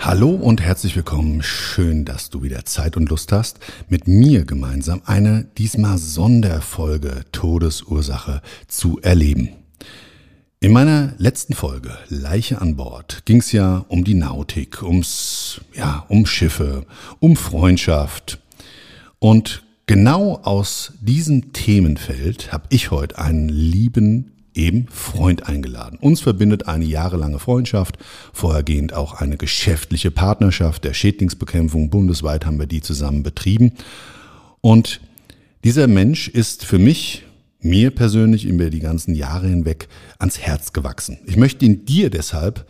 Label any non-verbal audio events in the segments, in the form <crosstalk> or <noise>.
Hallo und herzlich willkommen. Schön, dass du wieder Zeit und Lust hast, mit mir gemeinsam eine diesmal Sonderfolge Todesursache zu erleben. In meiner letzten Folge Leiche an Bord ging es ja um die Nautik, ums ja, um Schiffe, um Freundschaft. Und genau aus diesem Themenfeld habe ich heute einen lieben eben Freund eingeladen. Uns verbindet eine jahrelange Freundschaft, vorhergehend auch eine geschäftliche Partnerschaft der Schädlingsbekämpfung. Bundesweit haben wir die zusammen betrieben. Und dieser Mensch ist für mich, mir persönlich über die ganzen Jahre hinweg ans Herz gewachsen. Ich möchte ihn dir deshalb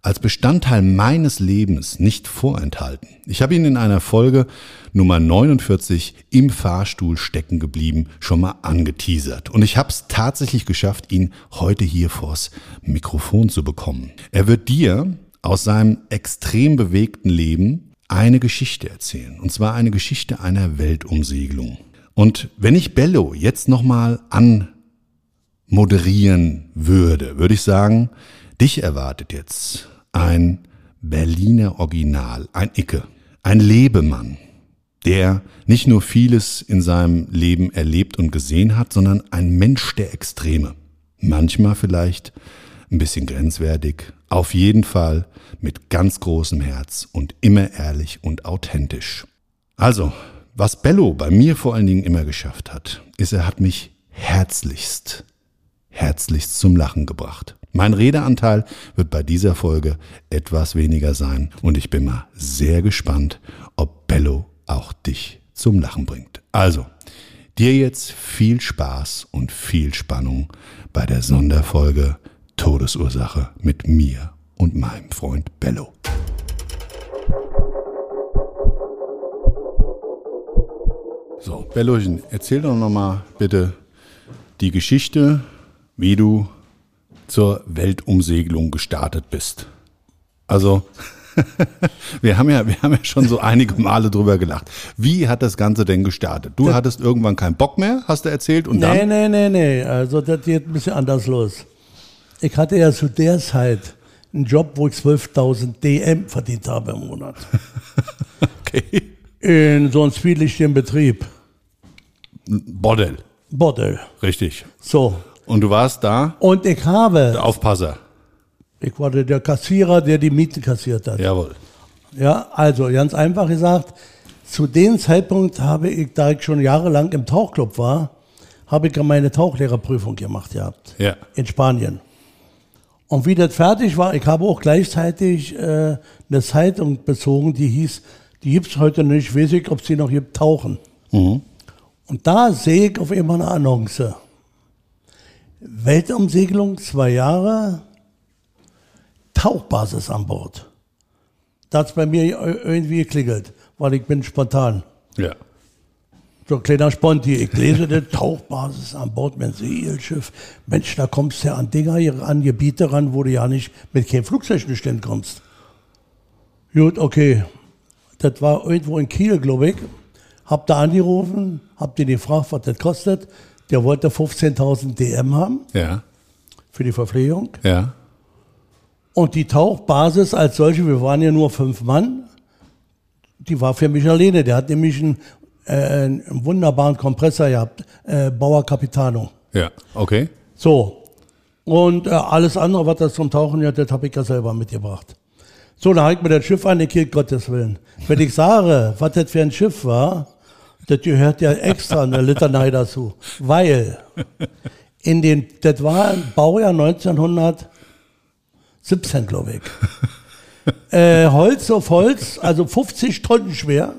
als Bestandteil meines Lebens nicht vorenthalten. Ich habe ihn in einer Folge Nummer 49 im Fahrstuhl stecken geblieben schon mal angeteasert. Und ich habe es tatsächlich geschafft, ihn heute hier vors Mikrofon zu bekommen. Er wird dir aus seinem extrem bewegten Leben eine Geschichte erzählen. Und zwar eine Geschichte einer Weltumsegelung. Und wenn ich Bello jetzt nochmal anmoderieren würde, würde ich sagen, Dich erwartet jetzt ein Berliner Original, ein Icke, ein Lebemann, der nicht nur vieles in seinem Leben erlebt und gesehen hat, sondern ein Mensch der Extreme. Manchmal vielleicht ein bisschen grenzwertig, auf jeden Fall mit ganz großem Herz und immer ehrlich und authentisch. Also, was Bello bei mir vor allen Dingen immer geschafft hat, ist, er hat mich herzlichst, herzlichst zum Lachen gebracht. Mein Redeanteil wird bei dieser Folge etwas weniger sein und ich bin mal sehr gespannt, ob Bello auch dich zum Lachen bringt. Also, dir jetzt viel Spaß und viel Spannung bei der Sonderfolge Todesursache mit mir und meinem Freund Bello. So, Bellochen, erzähl doch nochmal bitte die Geschichte, wie du zur Weltumsegelung gestartet bist. Also, <laughs> wir, haben ja, wir haben ja schon so einige Male drüber gelacht. Wie hat das Ganze denn gestartet? Du hattest irgendwann keinen Bock mehr, hast du erzählt, und Nee, dann? nee, nee, nee. Also das geht ein bisschen anders los. Ich hatte ja zu der Zeit einen Job, wo ich 12.000 DM verdient habe <laughs> im Monat. Okay. In so einem zwielichtigen Betrieb. Bordell, Bordel. richtig. So. Und du warst da, Und ich habe, der Aufpasser. ich war der Kassierer, der die Mieten kassiert hat. Jawohl. Ja, also ganz einfach gesagt, zu dem Zeitpunkt habe ich, da ich schon jahrelang im Tauchclub war, habe ich ja meine Tauchlehrerprüfung gemacht gehabt. Ja. In Spanien. Und wie das fertig war, ich habe auch gleichzeitig äh, eine Zeitung bezogen, die hieß, die gibt's heute nicht, weiß ich, ob sie noch gibt, Tauchen. Und da sehe ich auf einmal eine Annonce. Weltumsegelung, zwei Jahre, Tauchbasis an Bord. Da hat's bei mir ir- irgendwie geklingelt, weil ich bin spontan. Ja. So ein kleiner Sponti, ich lese die Tauchbasis an Bord mit dem Segelschiff. Mensch, da kommst du ja an Dinger, hier- an Gebiete ran, wo du ja nicht mit keinem Flugzeugbestand kommst. Gut, okay. Das war irgendwo in Kiel, glaube ich. Hab da angerufen, hab den gefragt, was das kostet. Der wollte 15.000 DM haben Ja. für die Verpflegung. Ja. Und die Tauchbasis als solche, wir waren ja nur fünf Mann, die war für mich alleine. Der hat nämlich einen, äh, einen wunderbaren Kompressor gehabt, äh, Bauer Capitano. Ja, okay. So. Und äh, alles andere, was das zum Tauchen hat, das habe ich ja selber mitgebracht. So, dann habe ich mir das Schiff angekillt, Gottes Willen. Wenn ich sage, was das für ein Schiff war, das gehört ja extra eine Litanei dazu. Weil in den, das war im Baujahr 1917, glaube ich. Äh, Holz auf Holz, also 50 Tonnen schwer.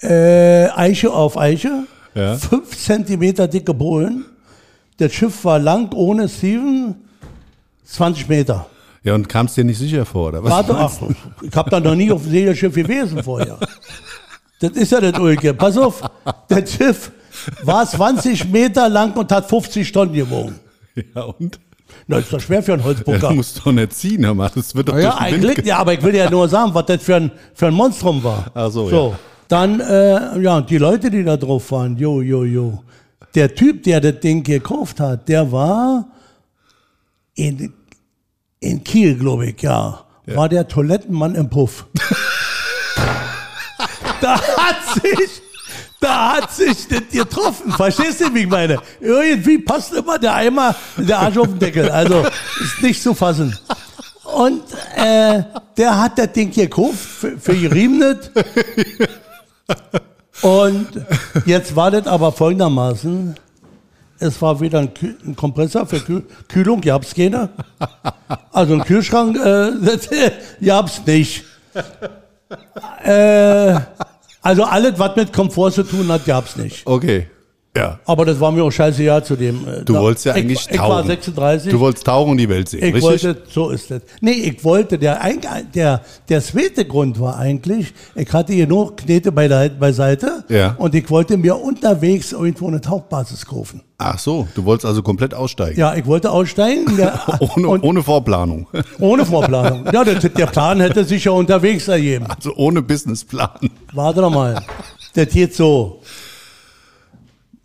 Äh, Eiche auf Eiche, Ja. fünf Zentimeter dicke Bohlen. Das Schiff war lang ohne Steven, 20 Meter. Ja, und kam es dir nicht sicher vor, oder was? Warte, ach, ich habe da noch nie auf dem Segelschiff gewesen vorher. Das ist ja das Ulke. Pass auf, das Schiff war 20 Meter lang und hat 50 Tonnen gewogen. <laughs> Ja, und? Na, ist doch schwer für einen Ja, du Holzbunker. musst doch nicht ziehen, Herr Mann. Das wird doch Ja, durch den ein Wind Glück, ja, aber ich will ja nur sagen, was das für ein, für ein Monstrum war. Ach so, ja. Dann, äh, ja, und die Leute, die da drauf waren, jo, jo, jo. Der Typ, der das Ding gekauft hat, der war in, in Kiel, glaube ich, ja, war der Toilettenmann im <laughs> Puff. da hat sich, da hat sich das getroffen. Verstehst du, wie ich meine? Irgendwie passt immer der Eimer, der Arsch auf den Deckel. Also, ist nicht zu fassen. Und äh, der hat das Ding gekauft für, für Geriemnet. Und jetzt war das aber folgendermaßen. Es war wieder ein, Kühl ein Kompressor für Kühl Kühlung, gab's keiner. ne? Also ein Kühlschrank äh, das, <laughs> gab's nicht. Äh, also alles, was mit Komfort zu tun hat, gab's nicht. Okay. Ja. Aber das war mir auch scheiße ja zu dem. äh, Du da- wolltest ja ich, eigentlich Ich tauchen. war 36. Du wolltest tauchen und die Welt sehen, Ich richtig? wollte, so ist das. Nee, ich wollte, der, eig- der, der zweite Grund war eigentlich, ich hatte hier nur Knete bei der, beiseite Ja. und ich wollte mir unterwegs irgendwo eine Tauchbasis kaufen. Ach so, du wolltest also komplett aussteigen. Ja, ich wollte <laughs> aussteigen, der, Ohne, und, ohne Vorplanung. <laughs> ohne Vorplanung. Ja, der, der Plan hätte sich ja unterwegs ergeben. Also ohne Businessplan. Warte doch mal. Das geht so.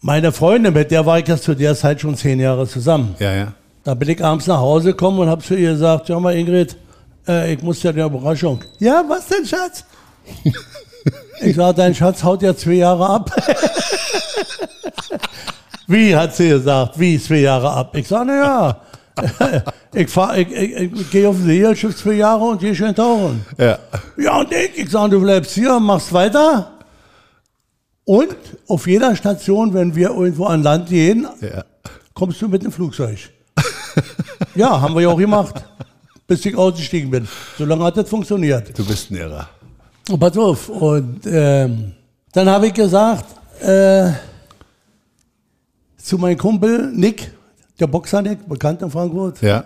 Meine Freundin, mit der war ich ja zu der Zeit schon zehn Jahre zusammen. Ja, ja. Da bin ich abends nach Hause gekommen und habe zu ihr gesagt, schau mal Ingrid, äh, ich muss dir eine Überraschung. Ja, was denn, Schatz? <laughs> ich sage, dein Schatz haut ja zwei Jahre ab. <laughs> wie, hat sie gesagt, wie, zwei Jahre ab? Ich sage, naja, <laughs> ich, fahr- ich, ich, ich gehe auf ein Segelschiff zwei Jahre und gehe schön tauchen. Ja. Ja, und ich, ich sage, du bleibst hier, machst weiter. Und auf jeder Station, wenn wir irgendwo an Land gehen, ja. kommst du mit dem Flugzeug. <laughs> ja, haben wir ja auch gemacht, bis ich ausgestiegen bin. So lange hat das funktioniert. Du bist ein Irrer. Und Oh, pass auf. Und ähm, dann habe ich gesagt äh, zu meinem Kumpel Nick, der Boxer Nick, bekannt in Frankfurt. Ja.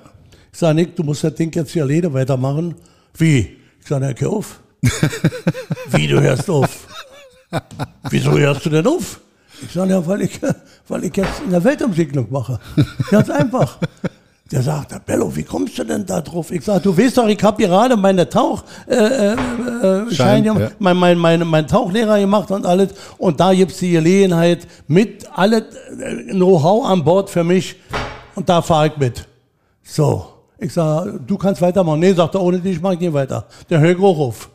Ich sage, Nick, du musst das Ding jetzt hier alleine weitermachen. Wie? Ich sage, na, hör auf. Wie, du hörst auf? Wieso hörst du denn auf? Ich sage, ja, weil ich, weil ich jetzt eine Weltumsegelung mache. Ganz einfach. Der sagt, "Na, Bello, wie kommst du denn da drauf? Ich sage, du weißt doch, ich habe gerade meine Tauch, äh, äh, äh, Schein, Schein, ja. mein, mein, mein, mein Tauchlehrer gemacht und alles. Und da gibt's die Gelegenheit mit alles äh, Know-how an Bord für mich. Und da fahre ich mit. So, ich sage, du kannst weitermachen. Nee, sagt er, ohne dich mach ich nicht weiter. Der Höhe auch auf.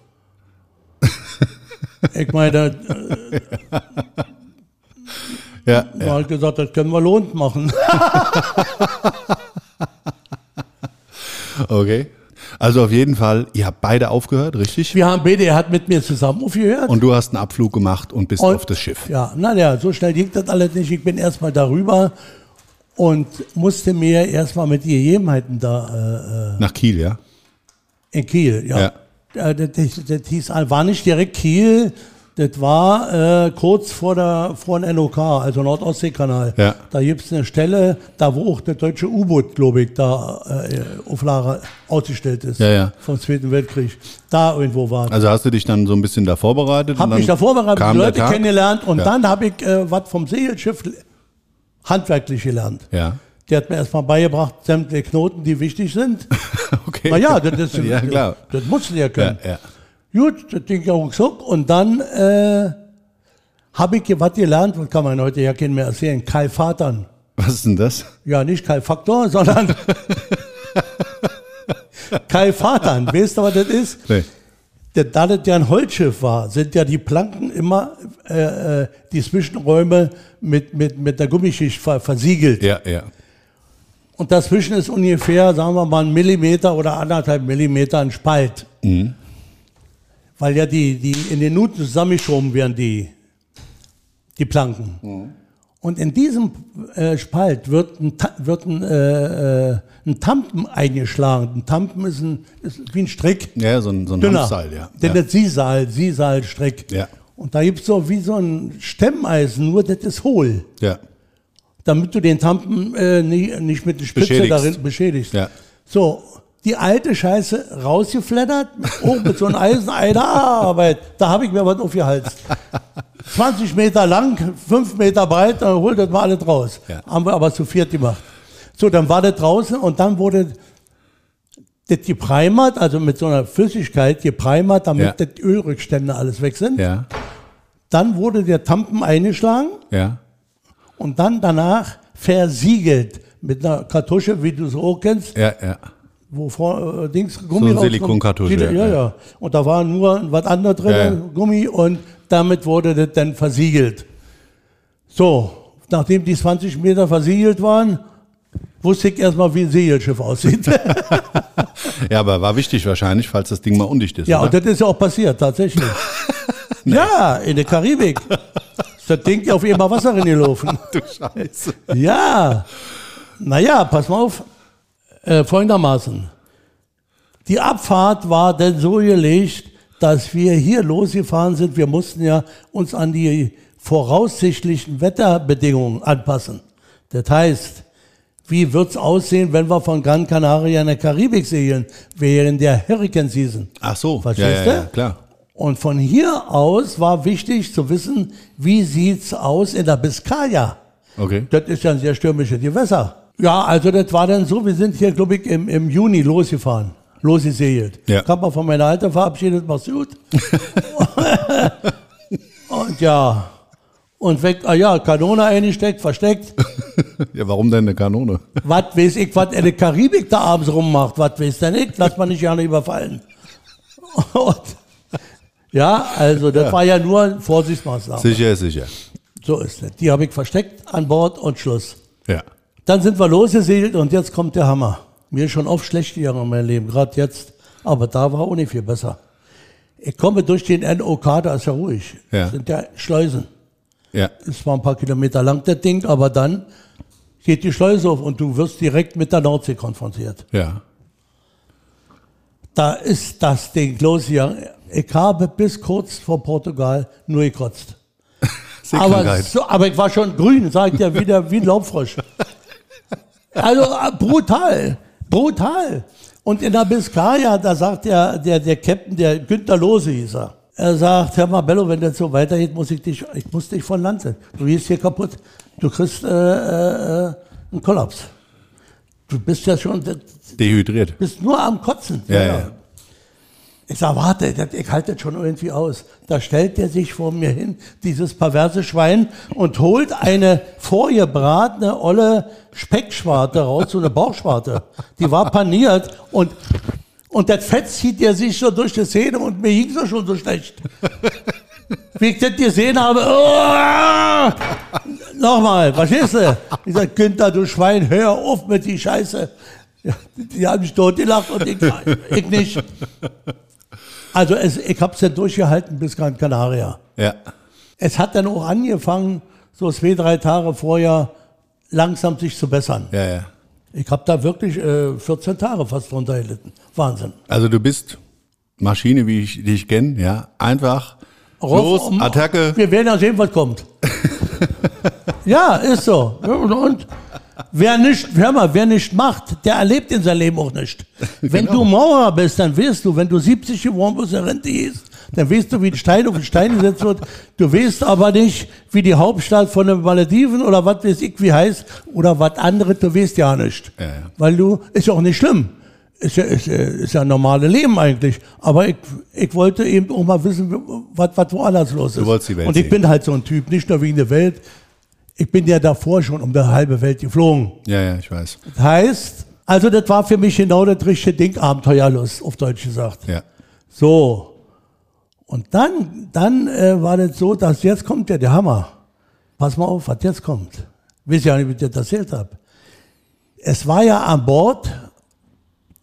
ich meine, Ja. er hat gesagt, das können wir lohnt machen. <laughs> Okay. Also auf jeden Fall, ihr habt beide aufgehört, richtig? Wir haben BD, er hat mit mir zusammen aufgehört. Und du hast einen Abflug gemacht und bist Und- auf das Schiff. Ja, naja, so schnell ging das alles nicht. Ich bin erstmal darüber und musste mir erstmal mit den Gegebenheiten da Nach Kiel, ja? äh, in Kiel, ja. Ja. Äh, Das, das, das hieß, also war nicht direkt Kiel, das war äh, kurz vor der vor dem NOK, also Nordostseekanal. Ja. Da gibt es eine Stelle, da wo auch der deutsche U-Boot, glaube ich, da äh, auf Lager ausgestellt ist. Ja, ja. Vom Zweiten Weltkrieg. Da irgendwo war Also hast du dich dann so ein bisschen da vorbereitet? und Hab dann mich da vorbereitet, kam die der Leute Tag? kennengelernt und Ja. dann habe ich äh, was vom Segelschiff le- handwerklich gelernt. Ja. Der hat mir erstmal beigebracht, sämtliche Knoten, die wichtig sind. <laughs> Okay. naja, das, <laughs> ist, ja, klar. das musst du ja Ja, können. ja. Gut, das Ding auch so. Und dann äh, habe ich was gelernt, was kann man heute ja keinen mehr erzählen, Kai Vatern. Was ist denn das? Ja, nicht Kai <laughs> Faktor, sondern Kai Vatern. Weißt du, was das ist? Nee. Der, da das ja ein Holzschiff war, sind ja die Planken immer äh, äh, die Zwischenräume mit, mit, mit der Gummischicht ver versiegelt. Ja, ja. Und dazwischen ist ungefähr, sagen wir mal, ein Millimeter oder anderthalb Millimeter ein Spalt. Weil ja die, die in den Nuten zusammengeschoben werden, die, die Planken. Und in diesem äh, Spalt wird ein, Ta- wird ein, äh, äh, ein Tampen eingeschlagen. Ein Tampen ist, ein, ist wie ein Strick. Ja, so ein, so ein Dünner. Hanfseil, ja. Genau. Denn ja. das Sisal, Sisalstreck. Ja. Und da gibt es so wie so ein Stemmeisen, nur das ist hohl, ja. damit du den Tampen äh, nicht, nicht mit der Spitze Beschädigst. darin beschädigst. Ja. So, die alte Scheiße rausgeflattert, hoch mit so einem Eisen, eine Arbeit. Da habe ich mir <laughs> was aufgehalst. 20 Meter lang, 5 Meter breit, dann holt das mal alles raus. Ja. Haben wir aber zu viert gemacht. So, dann war das draußen und dann wurde das geprimert, also mit so einer Flüssigkeit geprimert, damit Ja. das die Ölrückstände alles weg sind. Ja. Dann wurde der Tampen eingeschlagen Ja. und dann danach versiegelt mit einer Kartusche, wie du es auch kennst, Ja, ja. wo vor, äh, Dings Gummi eine rauskommt. Silikonkartusche, Die- ja. Ja, ja. Und da war nur was anderes drin, Ja, ja. Gummi, und damit wurde das dann versiegelt. So, nachdem die 20 Meter versiegelt waren, wusste ich erstmal, wie ein <laughs> Segelschiff aussieht. Ja, aber war wichtig wahrscheinlich, falls das Ding mal undicht ist. ja, und oder? das ist ja auch passiert, <laughs> tatsächlich. ja, in der Karibik. Ist Das Ding ja auf immer Wasser reingelaufen. Du Scheiße. Ja. Naja, pass mal auf. Äh, folgendermaßen. Die Abfahrt war denn so gelegt, dass wir hier losgefahren sind. Wir mussten ja uns an die voraussichtlichen Wetterbedingungen anpassen. Das heißt, wie wird's aussehen, wenn wir von Gran Canaria in der Karibik segeln, während der Hurricane Season? Ach so. Verstehst ja, ja, ja, du? klar. Und von hier aus war wichtig zu wissen, wie sieht's aus in der Biskaya? Okay. Das ist ja ein sehr stürmisches Gewässer. Ja, also das war dann so, wir sind hier, glaube ich, im, im Juni losgefahren, losgesegelt. Ja. Ich habe mal von meiner Alter verabschiedet, mach's gut. und ja, und weg, ah ja, Kanone eingesteckt, versteckt. Ja, warum denn eine Kanone? was weiß ich, was eine Karibik da abends rummacht, was weiß denn ich, lass man nicht gerne überfallen. und, ja, also das war ja nur Vorsichtsmaßnahme. Sicher ist sicher. So ist das. Die habe ich versteckt an Bord und Schluss. Ja. Dann sind wir losgesegelt und jetzt kommt der Hammer. Mir ist schon oft schlecht gegangen in meinem Leben, gerade jetzt. Aber da war auch nicht viel besser. Ich komme durch den NOK, da ist ja ruhig. Ja. Das sind ja Schleusen. Ja. Ist zwar ein paar Kilometer lang, das Ding, aber dann geht die Schleuse auf und du wirst direkt mit der Nordsee konfrontiert. Ja. Da ist das Ding losgegangen. Ich habe bis kurz vor Portugal nur gekotzt. Aber, Seekrankheit. so, aber ich war schon grün, sagt er wieder wie ein Laubfrosch. Also äh, brutal, brutal. Und in der Biskaya, da sagt der, der, der Captain, der Günther Lose hieß er, er sagt, Herr Marbello, wenn das so weitergeht, muss ich dich, ich muss dich von Land sehen. Du gehst hier kaputt. Du kriegst äh, äh, äh, einen Kollaps. Du bist ja schon, du Dehydriert. bist nur am Kotzen. Genau. Ja, ja. Ich sag, warte, das- ich halte das schon irgendwie aus. Da stellt er sich vor mir hin, dieses perverse Schwein, und holt eine vorgebratene, olle Speckschwarte raus, so eine Bauchschwarte. Die war paniert und, und das Fett zieht er sich so durch die Zähne und mir ging es schon so schlecht. Wie ich das gesehen habe, oh, nochmal, verstehst du? Ich sag, Günther, du Schwein, hör auf mit die Scheiße. Ja, die haben mich totgelacht und ich, ich nicht. Also es, ich hab's ja durchgehalten bis Gran Canaria. Ja. Es hat dann auch angefangen, so zwei, drei Tage vorher langsam sich zu bessern. Ja, ja. Ich hab da wirklich äh, 14 Tage fast drunter gelitten. Wahnsinn. Also du bist Maschine, wie ich dich kenne, ja. Einfach los, um- Attacke. Wir werden ja sehen, <laughs> was kommt. ja, ist so. Ja, Und, und wer nicht, hör mal, wer nicht macht, der erlebt in seinem Leben <laughs> auch nicht. Wenn Genau. du Maurer bist, dann weißt du, wenn du 70 geworden bist, in Rente gehst, dann weißt du, wie ein Stein auf den Stein gesetzt wird. Du weißt aber nicht, wie die Hauptstadt von den Malediven oder was weiß ich, wie heißt, oder was anderes, du weißt ja nicht. Ja, ja. Weil du, ist ja auch nicht schlimm. Ist ja, ist, ja- ist ja ein normales Leben eigentlich. Aber ich, ich wollte eben auch mal wissen, was, was woanders los ist. Du wolltest die Welt Und ich sehen. bin halt so ein Typ, nicht nur wegen der Welt. Ich bin ja davor schon um die halbe Welt geflogen. Ja, ja, ich weiß. Das heißt, also das war für mich genau das richtige Ding, Abenteuerlust, auf Deutsch gesagt. Ja. So. Und dann, dann äh, war das so, dass jetzt kommt ja der Hammer. Pass mal auf, was jetzt kommt. Wisst ja nicht, wie ich dir das erzählt habe. Es war ja an Bord,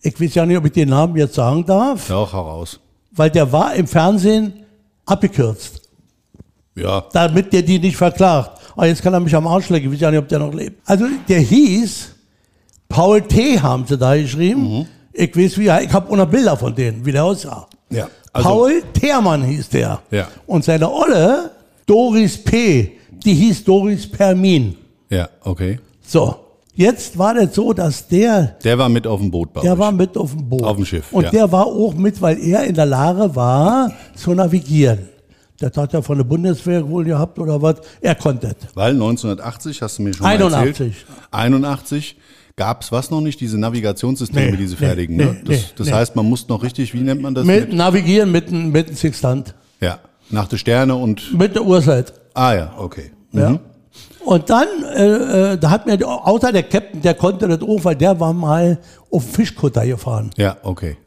ich weiß ja nicht, ob ich den Namen jetzt sagen darf, Doch, heraus. weil der war im Fernsehen abgekürzt, Ja. damit der die nicht verklagt. Ah, jetzt kann er mich am Arsch lecken, ich weiß ja nicht, ob der noch lebt. Also der hieß Paul T. haben sie da Mhm. geschrieben. Ich weiß wie, er- ich habe unter Bilder von denen, wie der aussah. Ja. Also, Paul Theermann hieß der. Ja. Und seine Olle, Doris P., die hieß Doris Permin. Ja, okay. So, jetzt war das so, dass der, Der war mit auf dem Boot bei der euch. war mit auf dem Boot. Auf dem Schiff, Und ja. der war auch mit, weil er in der Lage war, zu navigieren. Das hat er von der Bundeswehr wohl gehabt oder was. Er konnte das. Weil 1980, hast du mir schon mal 81. erzählt. 81. Gab es was noch nicht? Diese Navigationssysteme, Nee, diese nee, fertigen. nee, ne? Das, nee, das nee. heißt, man muss noch richtig, wie nennt man das? Mit, navigieren mit, dem- mit dem Sextant, ja, nach der Sterne und. mit der Uhrzeit. Ah ja, okay. Ja. Mhm. Und dann, äh, äh, da hat mir, außer der Captain, der konnte das auch, weil der war mal auf Fischkutter gefahren. Ja, okay.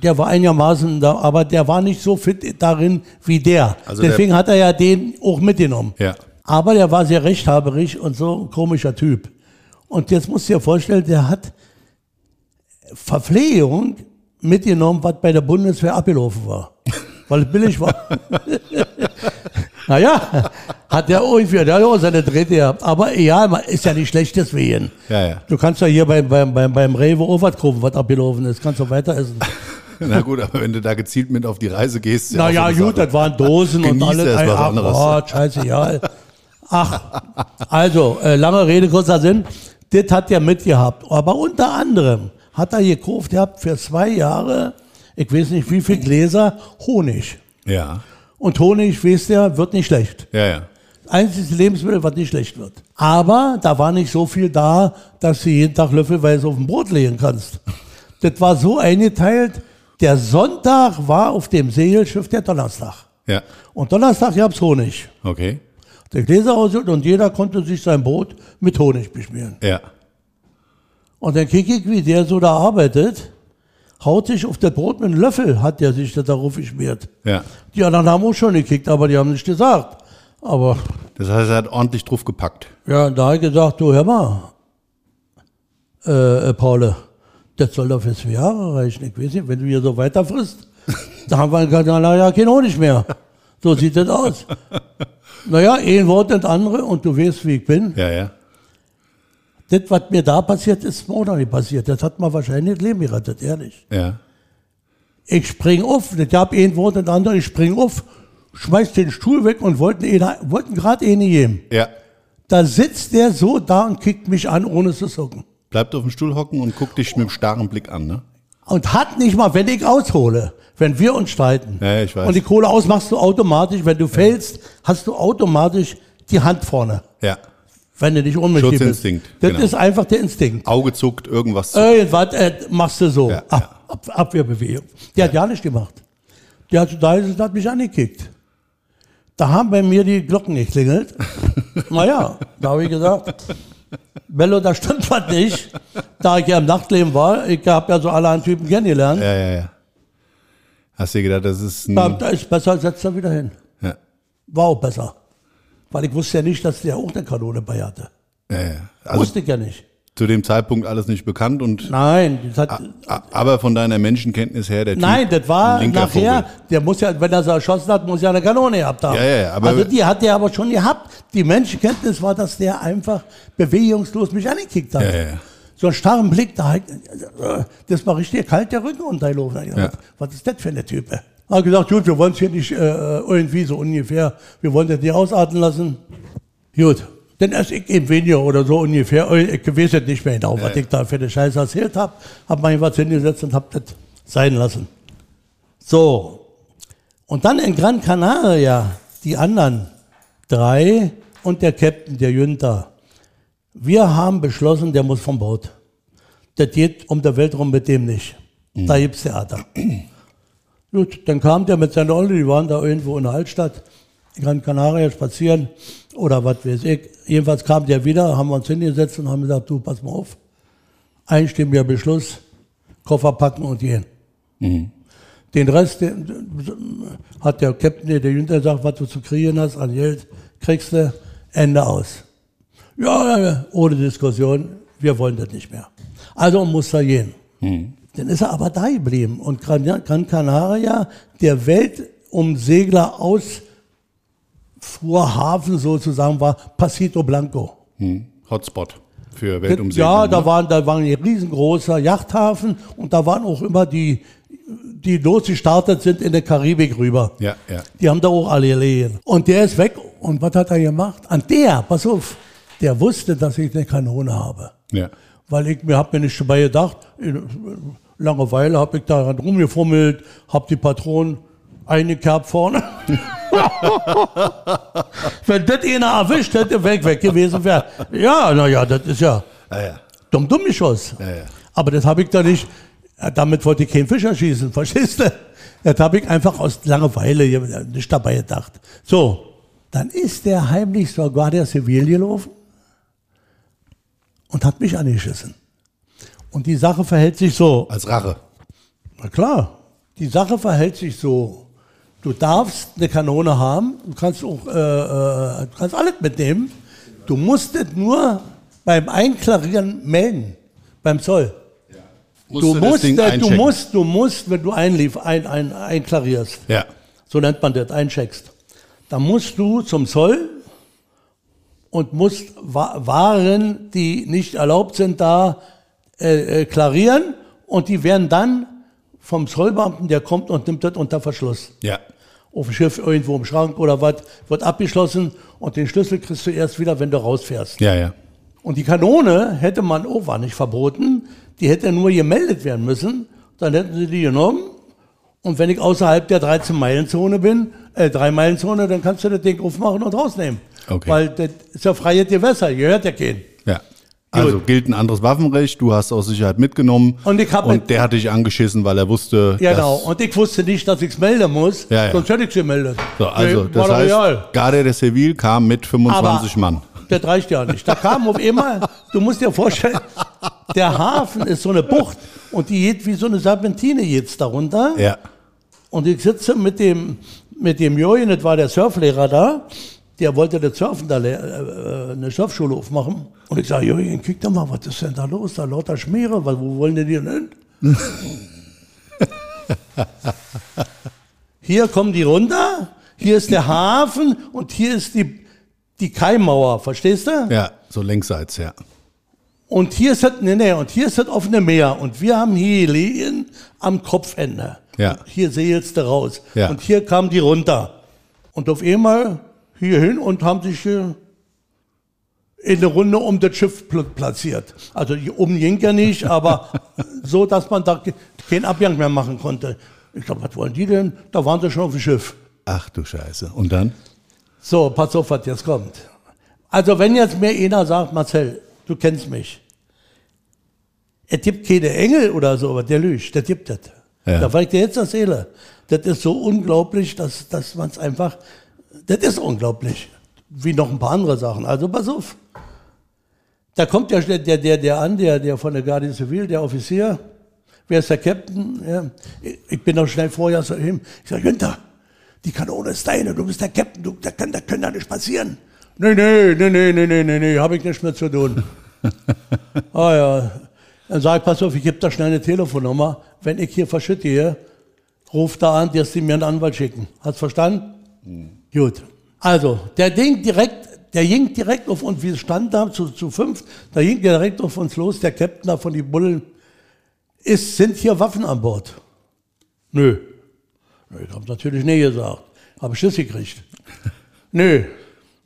Der war einigermaßen da, aber der war nicht so fit darin wie der. Also Deswegen hat er ja den auch mitgenommen. Ja. <laughs> Aber der war sehr rechthaberig und so ein komischer Typ. Und jetzt musst du dir vorstellen, der hat Verpflegung mitgenommen, was bei der Bundeswehr abgelaufen <laughs> war. Weil es billig war. <laughs> naja, hat der irgendwie, der hat auch seine dritte gehabt. Aber ja, ist ja nicht schlecht deswegen. Ja, ja. Du kannst ja hier beim, beim, beim, beim Rewe auch was kaufen, was abgelaufen ist. Kannst du weiter essen. Na gut, aber wenn du da gezielt mit auf die Reise gehst, ist ja Naja, auch so eine gut, Sache. das waren Dosen und Genieß alles. erst was Ach, anderes. Gott, scheiße, ja. Ach, also, äh, lange Rede, kurzer Sinn. Das hat er mitgehabt. Aber unter anderem hat er gekauft, gehabt für zwei Jahre, ich weiß nicht wie viel Gläser, Honig. Ja, Und Honig, wisst ihr, wird nicht schlecht. ja, ja. Einziges Lebensmittel, was nicht schlecht wird. Aber da war nicht so viel da, dass du jeden Tag löffelweise auf dem Brot legen kannst. Das war so eingeteilt, der Sonntag war auf dem Segelschiff der Donnerstag. Ja, Und Donnerstag gab's Honig. okay. Der Gläser ausgeholt und jeder konnte sich sein Brot mit Honig beschmieren. Ja, Und dann kicke ich, wie der so da arbeitet, haut sich auf das Brot mit einem Löffel, hat der sich das darauf geschmiert. ja. Die anderen haben auch schon gekickt, aber die haben nicht gesagt. Aber Das heißt, er hat ordentlich drauf gepackt. ja, und da habe ich gesagt, du hör mal, äh, äh, Paul, das soll doch für zwei Jahre reichen. Ich weiß nicht, wenn du hier so weiter frisst, da haben wir gesagt, na ja, kein Honig mehr. So sieht das aus. Naja, ein Wort und andere und du weißt, wie ich bin. Ja, ja. Das, was mir da passiert, ist mir auch noch nicht passiert. Das hat mir wahrscheinlich das Leben gerettet, ehrlich. Ja, Ich spring auf, das gab ein Wort und andere, ich spring auf, schmeiß den Stuhl weg und wollten, ihn- wollten gerade eine geben. ja. Da sitzt der so da und kickt mich an, ohne zu zucken. Bleibt auf dem Stuhl hocken und guckt dich mit dem starren Blick an, ne? Und hat nicht mal, wenn ich aushole, wenn wir uns streiten. Ja, ich weiß. Und die Kohle ausmachst du automatisch, wenn du fällst, hast du automatisch die Hand vorne, Ja. wenn du nicht ohnmächtig bist. Schutzinstinkt, Das genau. ist einfach der Instinkt. Auge zuckt, irgendwas zuckt. Irgendwas äh, machst du so. Ja, Ab, ab, Abwehrbewegung. Der hat ja nicht gemacht. Der hat da ist, hat mich angekickt. Da haben bei mir die <laughs> Glocken geklingelt. naja, da habe ich gesagt, Bello, da stimmt was nicht. Da ich ja im Nachtleben war, ich habe ja so allerhand Typen kennengelernt. Ja, ja, ja. Hast du gedacht, das ist ein. Da, da ist besser, setzt er wieder hin. Hm. Ja, War auch besser. Weil ich wusste ja nicht, dass der auch eine Kanone bei hatte. ja, ja. Also wusste ich ja nicht. zu dem Zeitpunkt alles nicht bekannt und. Nein, das hat, a- Aber von deiner Menschenkenntnis her, der Typ. Nein, das war ein linker nachher, Vogel. der muss ja, wenn er sie erschossen hat, muss ja eine Kanone gehabt haben. Ja, ja, ja, aber- also die hat er aber schon gehabt. Die Menschenkenntnis war, dass der einfach bewegungslos mich angekickt hat. Ja, ja, ja. So einen starren Blick, da hat, das war richtig kalt der Rücken unterlaufen. Da hab ich gedacht, Ja. Was ist das für eine Type? Hat gesagt, gut, wir wollen es hier nicht äh, irgendwie so ungefähr, wir wollen das nicht ausarten lassen. Gut, dann erst ich eben weniger oder so ungefähr. Äh, Ich weiß jetzt nicht mehr genau, was ich da für eine Scheiße erzählt habe. Hab mal was hingesetzt und hab das sein lassen. So. Und dann in Gran Canaria, die anderen drei und der Captain, der Jünter. Wir haben beschlossen, der muss vom Boot. Das geht um der Welt rum mit dem nicht. Da gibt's Theater. Gut, dann kam der mit seiner Olle, die waren da irgendwo in der Altstadt, in Gran Canaria spazieren oder was weiß ich. Jedenfalls kam der wieder, haben wir uns hingesetzt und haben gesagt, du, pass mal auf, einstimmiger Beschluss, Koffer packen und gehen. Den Rest den, hat der Captain, der Jünter sagt, was du zu kriegen hast an Geld, kriegst du, Ende aus. Ja, ja, ja, ohne Diskussion, wir wollen das nicht mehr. Also muss er gehen. Dann ist er aber da geblieben und Gran Gran Canaria, der um Weltumsegler aus Fuhrhafen sozusagen war, Pasito Blanco. Hm. Hotspot für Weltumsegeln. Ja, ne? da waren, da waren ein riesengroßer Yachthafen und da waren auch immer die, die losgestartet sind in der Karibik rüber. Ja, ja. Die haben da auch alle gelegen. Und der ist weg. Und was hat er gemacht? An der, pass auf, der wusste, dass ich eine Kanone habe. ja. Weil ich mir hab mir nicht dabei gedacht, in Langeweile hab ich daran rumgefummelt, hab die Patronen eingekerbt vorne. <laughs> Wenn das einer erwischt hätte, weg, weg gewesen wäre. Ja, naja, das ist ja Ah, ja. dumm, dumm geschossen. Ja, ja. Aber das habe ich da nicht, äh, damit wollte ich keinen Fischer schießen, <laughs> verstehst du? Das habe ich einfach aus Langeweile hier nicht dabei gedacht. So, dann ist der heimlich zur Guardia Civil gelaufen und hat mich angeschissen. Und die Sache verhält sich so. Als Rache. Na klar, die Sache verhält sich so. Du darfst eine Kanone haben, du kannst auch äh, äh, du kannst alles mitnehmen. Du musst es nur beim Einklarieren melden, beim Zoll. Du das musst, Ding äh, du einchecken. musst, du musst, wenn du einlief, ein, ein, einklarierst, Ja. so nennt man das, eincheckst, dann musst du zum Zoll und musst Wa- Waren, die nicht erlaubt sind, da äh, äh, klarieren und die werden dann vom Zollbeamten, der kommt und nimmt das unter Verschluss Ja. auf dem Schiff irgendwo im Schrank oder was, wird abgeschlossen und den Schlüssel kriegst du erst wieder, wenn du rausfährst. Ja, ja. Und die Kanone hätte man auch war nicht verboten, die hätte nur gemeldet werden müssen, dann hätten sie die genommen. Und wenn ich außerhalb der 13-Meilen-Zone bin, äh, 3-Meilen-Zone, dann kannst du das Ding aufmachen und rausnehmen. Okay. Weil das ist ja freies Gewässer, hier hört ja keinen. Ja. Also Gut. gilt ein anderes Waffenrecht, du hast aus Sicherheit mitgenommen. Und ich hab mit- und der hat dich angeschissen, weil er wusste, Genau, dass- und ich wusste nicht, dass ich es melden muss, Ja, ja. sonst hätte ich es gemeldet. So, also Nee, das war doch heißt, egal. Garde de Seville kam mit 25 Mann. Das reicht ja nicht. Da kam auf einmal, du musst dir vorstellen, der Hafen ist so eine Bucht und die geht wie so eine Serpentine jetzt darunter. Ja. Und ich sitze mit dem, mit dem Jürgen, das war der Surflehrer da, der wollte das Surfen da, lehr- äh, eine Surfschule aufmachen. Und ich sage, Jürgen, guck doch mal, was ist denn da los? Da lauter Schmiere, was- wo wollen denn die denn hin? hier kommen die runter, hier ist der Hafen und hier ist die, die Kaimauer, verstehst du? Ja, so längsseits, ja. Und hier ist das, nee, nee, und hier ist das offene Meer. Und wir haben hier Lehen am Kopfende. Ja. Und hier segelst du raus. Ja. Und hier kamen die runter. Und auf einmal hier hin und haben sich hier in eine Runde um das Schiff pl- platziert. Also die um ging ja nicht, <laughs> aber so, dass man da ke- keinen Abgang mehr machen konnte. Ich glaube, was wollen die denn? Da waren sie schon auf dem Schiff. Ach du Scheiße. Und dann? So, pass auf, was jetzt kommt. Also, wenn jetzt mir einer sagt, Marcel, du kennst mich. Es gibt keine Engel oder so, aber der lügt, der gibt das. Ja. Da war ich dir jetzt das Seele. Das ist so unglaublich, dass, dass man es einfach, das ist unglaublich. Wie noch ein paar andere Sachen. Also, pass auf. Da kommt der, schnell- der, der, der an, der, der von der Guardia Civil, der Offizier. Wer ist der Captain? Ja. Ich- Ich bin noch schnell vorher zu ihm. hm. Ich sage, Günther, die Kanone ist deine, du bist der Captain, du, da kann, da kann da nicht passieren. Nee, nee, nee, nee, nee, nee, nee, nee, hab ich nichts mehr zu tun. ah ja. Dann sag ich, pass auf, ich gebe da schnell eine Telefonnummer. Wenn ich hier verschütte, hier, ruf da an, dass die mir einen Anwalt schicken. Hast verstanden? Gut. Also, der Ding direkt, der ging direkt auf uns, wir standen da zu, zu fünf, da ging der direkt auf uns los, der Captain da von die Bullen. Ist, sind hier Waffen an Bord? Nö. Nö, ich habe natürlich nie gesagt. Habe <laughs> Schiss gekriegt. Nö.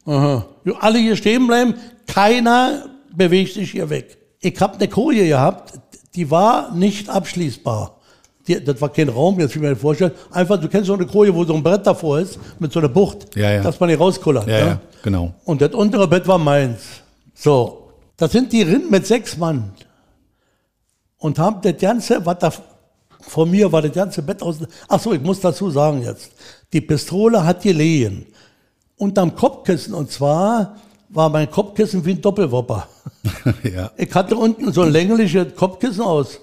Aha. Jo, Alle hier stehen bleiben, keiner bewegt sich hier weg. Ich habe eine Koje gehabt, die war nicht abschließbar. Die, das war kein Raum, jetzt wie man vorstellt. Einfach, du kennst so eine Koje, wo so ein Brett davor ist, mit so einer Bucht, Ja, ja. dass man hier rauskullert. Ja, ne? ja, genau. <laughs> Und das untere Bett war meins. So, da sind die Rind mit sechs Mann und haben das ganze, was da von mir war, das ganze Bett aus. Ach so, ich muss dazu sagen jetzt, die Pistole hat gelegen unterm Kopfkissen und zwar war mein Kopfkissen wie ein Doppelwopper. ja. Ich hatte unten so ein längliches Kopfkissen aus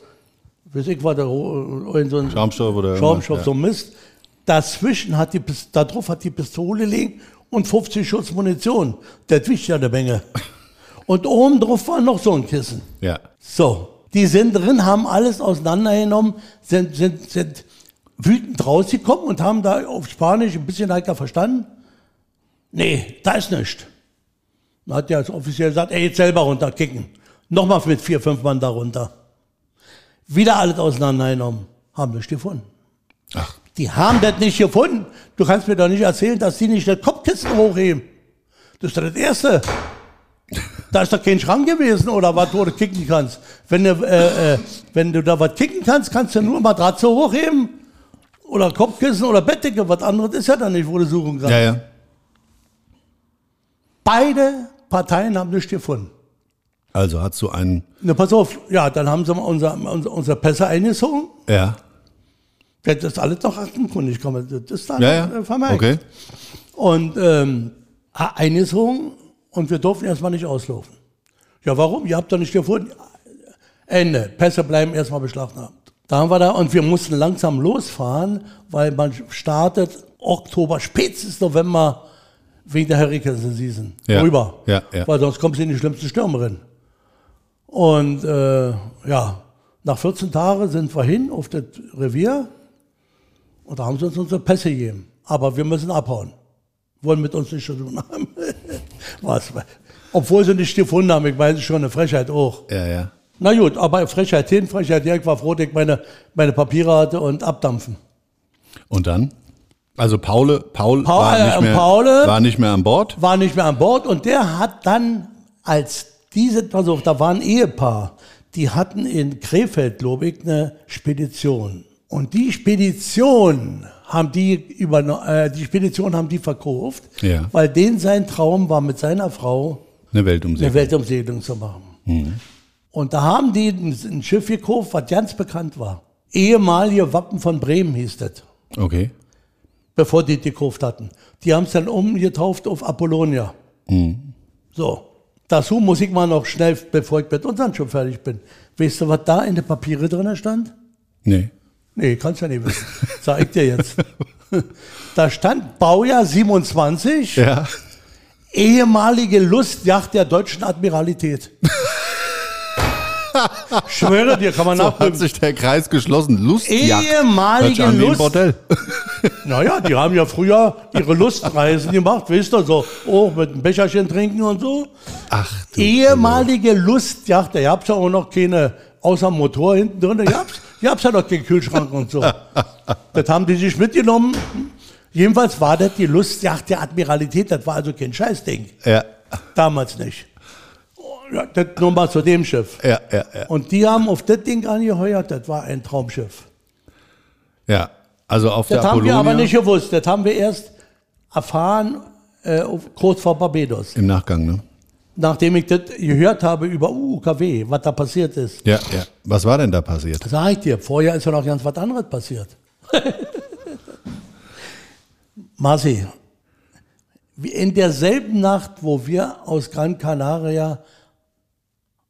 weiß ich was, da, in so ein Schaumstoff oder irgendwas, Schaumstoff, so Mist. Dazwischen hat die, Pis- da drauf hat die Pistole liegen und 50 Schuss Munition. Das wiegt ja eine Menge. <laughs> Und oben drauf war noch so ein Kissen. Ja. So, die sind drin, haben alles auseinandergenommen, sind, sind, sind wütend rausgekommen und haben da auf Spanisch ein bisschen leichter verstanden. Nee, da ist nichts. Dann hat der als Offizier gesagt, ey, jetzt selber runterkicken. Nochmal mit vier, fünf Mann da runter. Wieder alles auseinandergenommen. Haben nichts gefunden. Ach, Die haben das nicht gefunden. Du kannst mir doch nicht erzählen, dass die nicht das Kopfkissen hochheben. Das ist doch das Erste. Da ist doch kein Schrank gewesen oder was, wo du kicken kannst. Wenn du, äh, äh, wenn du da was kicken kannst, kannst du nur Matratze hochheben oder Kopfkissen oder Bettdecke. Was anderes ist ja dann nicht, wo du suchen kannst. ja, ja. Beide Parteien haben nichts gefunden. Also hat so einen, Na, pass auf. Ja, dann haben sie mal unser, unser, unser Pässe eingezogen. ja, Das ist alles noch aktenkundig. kann man- Das ist dann ja, ja. äh, vermeiden. Okay. Und ähm, ha- eingezogen und wir durften erstmal nicht auslaufen. Ja, warum? Ihr habt doch nicht gefunden. Ende. Pässe bleiben erstmal beschlagnahmt. Da haben wir da und wir mussten langsam losfahren, weil man startet Oktober, spätestens November wegen der Hurricane Season Ja. rüber. Ja, ja. Weil sonst kommst du in die schlimmsten Stürme rein. Und äh, ja, nach 14 Tagen sind wir hin auf das Revier und da haben sie uns unsere Pässe gegeben. Aber wir müssen abhauen. Wollen mit uns nichts zu tun haben. <laughs> Was? Obwohl sie nicht gefunden haben, ich meine, das ist schon eine Frechheit auch. Ja, ja. Na gut, aber Frechheit hin, Frechheit her, ich war froh, dass ich meine, meine Papiere hatte und abdampfen. Und dann? Also Paul, Paul, Paul- war, nicht äh, mehr, Paul- war nicht mehr an Bord. war nicht mehr an Bord und der hat dann als diese, also da war ein Ehepaar, die hatten in Krefeld, glaube ich, eine Spedition. Und die Spedition haben die über, äh, die Spedition haben die verkauft, Ja. weil den sein Traum war, mit seiner Frau Eine Weltumsegelung. eine Weltumsegelung zu machen. Und da haben die ein, ein Schiff gekauft, was ganz bekannt war. Ehemalige Wappen von Bremen hieß das, okay. bevor die die gekauft hatten. Die haben es dann umgetauft auf Apollonia. So, dazu muss ich mal noch schnell, bevor ich mit unseren schon fertig bin. Weißt du, was da in den Papieren drin stand? Nee. Nee, kannst ja nicht wissen. Sag ich dir jetzt. Da stand Baujahr 27, Ja. ehemalige Lustjacht der deutschen Admiralität. <laughs> Schwöre dir, kann man So hat nachprüfen. sich der Kreis geschlossen. Lustjagd. Hört sich Ehemalige an wie ein Lust. <laughs> Bordell. Naja, die haben ja früher ihre Lustreisen gemacht, wisst ihr, so, oh, mit einem Becherchen trinken und so. Ach du. Ehemalige Lustjacht, da gab's ja auch noch keine, außer Motor hinten drin, da <laughs> gab's, gab's ja noch keinen Kühlschrank und so. Das haben die sich mitgenommen. Jedenfalls war das die Lustjacht der Admiralität, das war also kein Scheißding. Ja, Damals nicht. Oh, Ja, das nur mal zu dem Schiff. ja, ja, ja. Und die haben auf das Ding angeheuert, das war ein Traumschiff. Ja, also auf Das der haben wir Apollonia aber nicht gewusst. Das haben wir erst erfahren äh, auf- kurz vor Barbados. im Nachgang, ne? Nachdem ich das gehört habe über UKW, was da passiert ist. Ja, ja. Was war denn da passiert? Sag ich dir, vorher ist ja noch ganz was anderes passiert. Marci, wie in derselben Nacht, wo wir aus Gran Canaria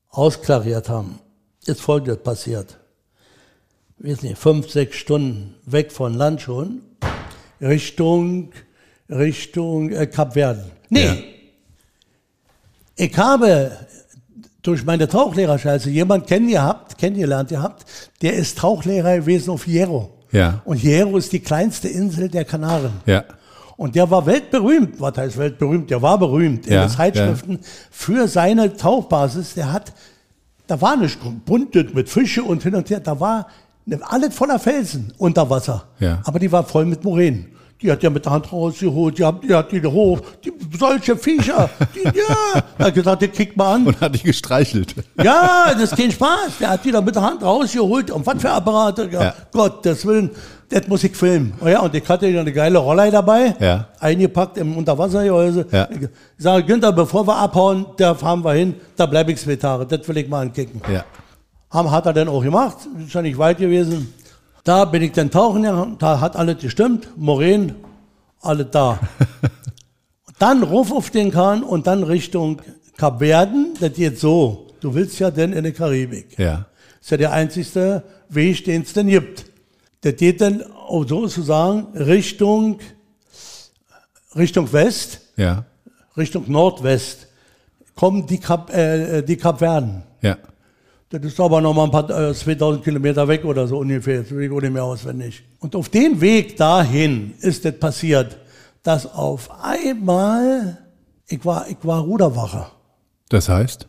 ausklariert haben, ist Folgendes passiert. Ich weiß nicht, fünf, sechs Stunden weg von Land schon, Richtung, Richtung äh, Kap Verden. Nee, Ja. ich habe durch meine Tauchlehrerscheiße jemand kennengehabt, kennengelernt gehabt, der ist Tauchlehrer gewesen auf Hierro. Ja. Und Hierro ist die kleinste Insel der Kanaren. Ja, Und der war weltberühmt, was heißt weltberühmt, der war berühmt in Ja, den Zeitschriften für seine Tauchbasis. Der hat, da war nicht buntet mit Fische und hin und her, da war ne- alles voller Felsen unter Wasser. Ja. Aber die war voll mit Moränen. Die hat ja mit der Hand rausgeholt, die hat die, hat die da hoch, die, solche Viecher, die, <laughs> ja. Er hat gesagt, den kriegt mal an. und hat dich gestreichelt. Ja, das ist kein Spaß. Der hat die da mit der Hand rausgeholt. Und was für Apparate? Ja, Ja. Gottes Willen, das muss ich filmen. Oh ja, und ich hatte ja eine geile Rollei dabei. Ja. Eingepackt im Unterwassergehäuse. Ja. Ich sage, Günther, bevor wir abhauen, da fahren wir hin. Da bleibe ich zwei Tage. Das will ich mal ankicken. Ja. Haben, hat er dann auch gemacht. Ist ja nicht weit gewesen. Da bin ich dann tauchen. gegangen, Da hat alles gestimmt. Moren, alles da. Dann ruf auf den Kahn und dann Richtung Kapverden. Das geht so. Du willst ja denn in die Karibik. Ja. ist ja der einzigste Weg, den es denn gibt. Das geht dann, um so zu sagen, Richtung, Richtung West, Ja. Richtung Nordwest, kommen die, Kap, äh, die Kapverden. Ja. Das ist aber noch mal ein paar äh, 2000 Kilometer weg oder so ungefähr. Jetzt will ich auch nicht mehr auswendig. Und auf dem Weg dahin ist das passiert, dass auf einmal, ich war, ich war Ruderwache. Das heißt?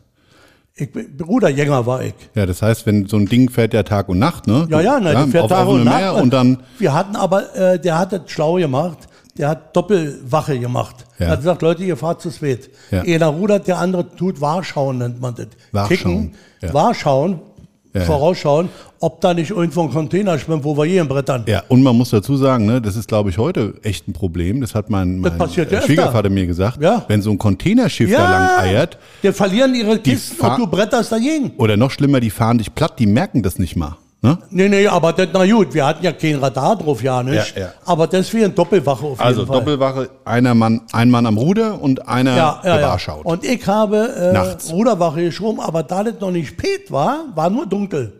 Ich, bin- Ruderjäger war ich. Ja, das heißt, wenn so ein Ding fährt ja Tag und Nacht, ne? Ja, ja, nein, die fährt auf Tag und offenem Nacht. Meer und dann, ne? wir hatten aber, äh, der hat das schlau gemacht, der hat Doppelwache gemacht. Ja. Er hat gesagt, Leute, ihr fahrt zu zweit. Ja. Einer rudert, der andere tut Warschauen, nennt man das. Warschauen, Kicken, ja. Warschauen, Ja, ja. vorausschauen, ob da nicht irgendwo ein Container schwimmt, wo wir hier in Brettern. ja, und man muss dazu sagen, ne, das ist, glaube ich, heute echt ein Problem. Das hat mein, Das mein passiert ja äh, Schwiegervater öfter. mir gesagt. Ja. Wenn so ein Containerschiff da lang eiert, die verlieren ihre Kisten fahr- und du bretterst dagegen. oder noch schlimmer, die fahren dich platt, die merken das nicht mal. Ne? Nee, nee, aber das, na gut, wir hatten ja kein Radar drauf, ja nicht. Ja, ja. Aber deswegen Doppelwache auf Also jeden Fall. Doppelwache, einer Mann, ein Mann am Ruder und einer ja, ja, ja. gewahrschau. Und ich habe äh, Nachts. Ruderwache geschoben, aber da das noch nicht spät war, war nur dunkel.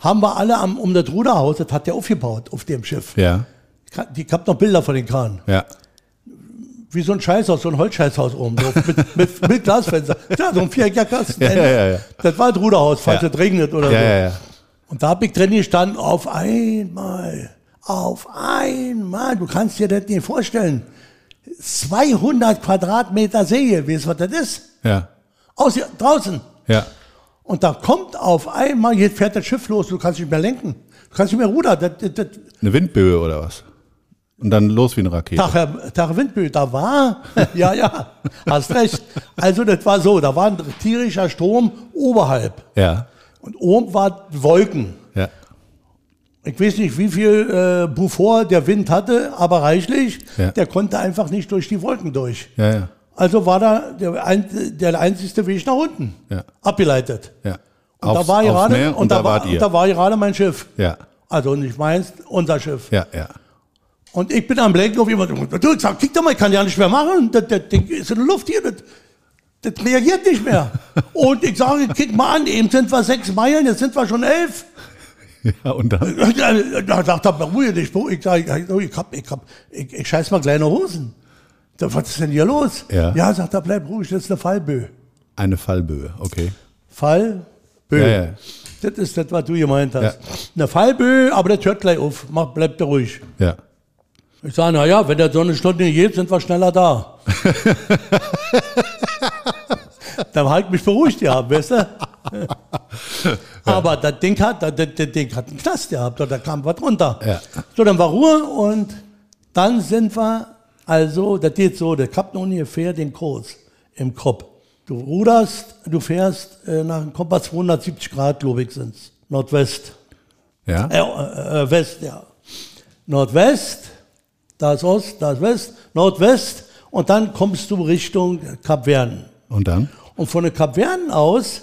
Haben wir alle am, um das Ruderhaus, das hat der aufgebaut auf dem Schiff. Ja, Ka- Die, ich hab noch Bilder von den Kahn. ja. Wie so ein Scheißhaus, so ein Holzscheißhaus oben drauf, mit, <laughs> mit, mit Glasfenster. Ja, so ein viereckiger Kasten. Ja, ja, ja. Das war das Ruderhaus, falls Ja. es regnet oder Ja, so. ja, ja. Und da hab ich drin gestanden, auf einmal, auf einmal, du kannst dir das nicht vorstellen. 200 Quadratmeter See, weißt du, was das ist? Ja, Aus, hier- draußen. ja. Und da kommt auf einmal, jetzt fährt das Schiff los, du kannst nicht mehr lenken. Du kannst nicht mehr rudern. Das, das, das, Eine Windböe oder was? Und dann los wie eine Rakete. Tag, Herr, Tag Windböe, da war, <laughs> ja, ja, hast recht. Also das war so, da war ein tierischer Strom oberhalb. Ja, Und oben war Wolken. ja. Ich weiß nicht, wie viel äh, Beaufort der Wind hatte, aber reichlich. Ja. Der konnte einfach nicht durch die Wolken durch. Ja, ja, Also war da der, ein, der einzigste Weg nach unten. Ja. Abgeleitet. ja. Und da war gerade, Meer und, da war, wart ihr. und da war gerade mein Schiff. ja, Also nicht meins, unser Schiff. ja, ja. <laughs> Und ich bin am Lenken auf jemanden. Du, ich sag, kick doch mal, ich kann ja nicht mehr machen. Das, das Ding ist in der Luft hier. Das, das reagiert nicht <laughs> mehr. Und ich sage, kick mal an, eben sind wir sechs Meilen, jetzt sind wir schon elf. <laughs> Ja, und dann, Da sagt er, beruhige dich. beruhige dich. Ich sage, ich, hab, ich, hab, ich, ich scheiß mal kleine Hosen. Da, was ist denn hier los? Ja. ja sagt er, bleib ruhig, das ist eine Fallböe. eine Fallböe, okay. Fallböe. Ja, ja. Das ist das, was du gemeint hast. Ja. Eine Fallböe, aber das hört gleich auf. Mach, bleibt ruhig. ja. Ich sage, na ja, wenn der so eine Stunde geht, sind wir schneller da. Dann halt mich beruhigt gehabt, weißt du? Aber das Ding hat, das, das das Ding hat einen Knast gehabt, da kam was runter. Ja. So, dann war Ruhe und dann sind wir, also, das geht so, der Kapitän ungefähr den Kurs im Kopf. Du ruderst, du fährst äh, nach einem Kompass 270 Grad, glaube ich, sind's. Nordwest. Ja, Äh, äh, äh, West, ja. Nordwest, da ist Ost, da ist West, Nordwest und dann kommst du Richtung Kapverden. und dann? Und von den Kapverden aus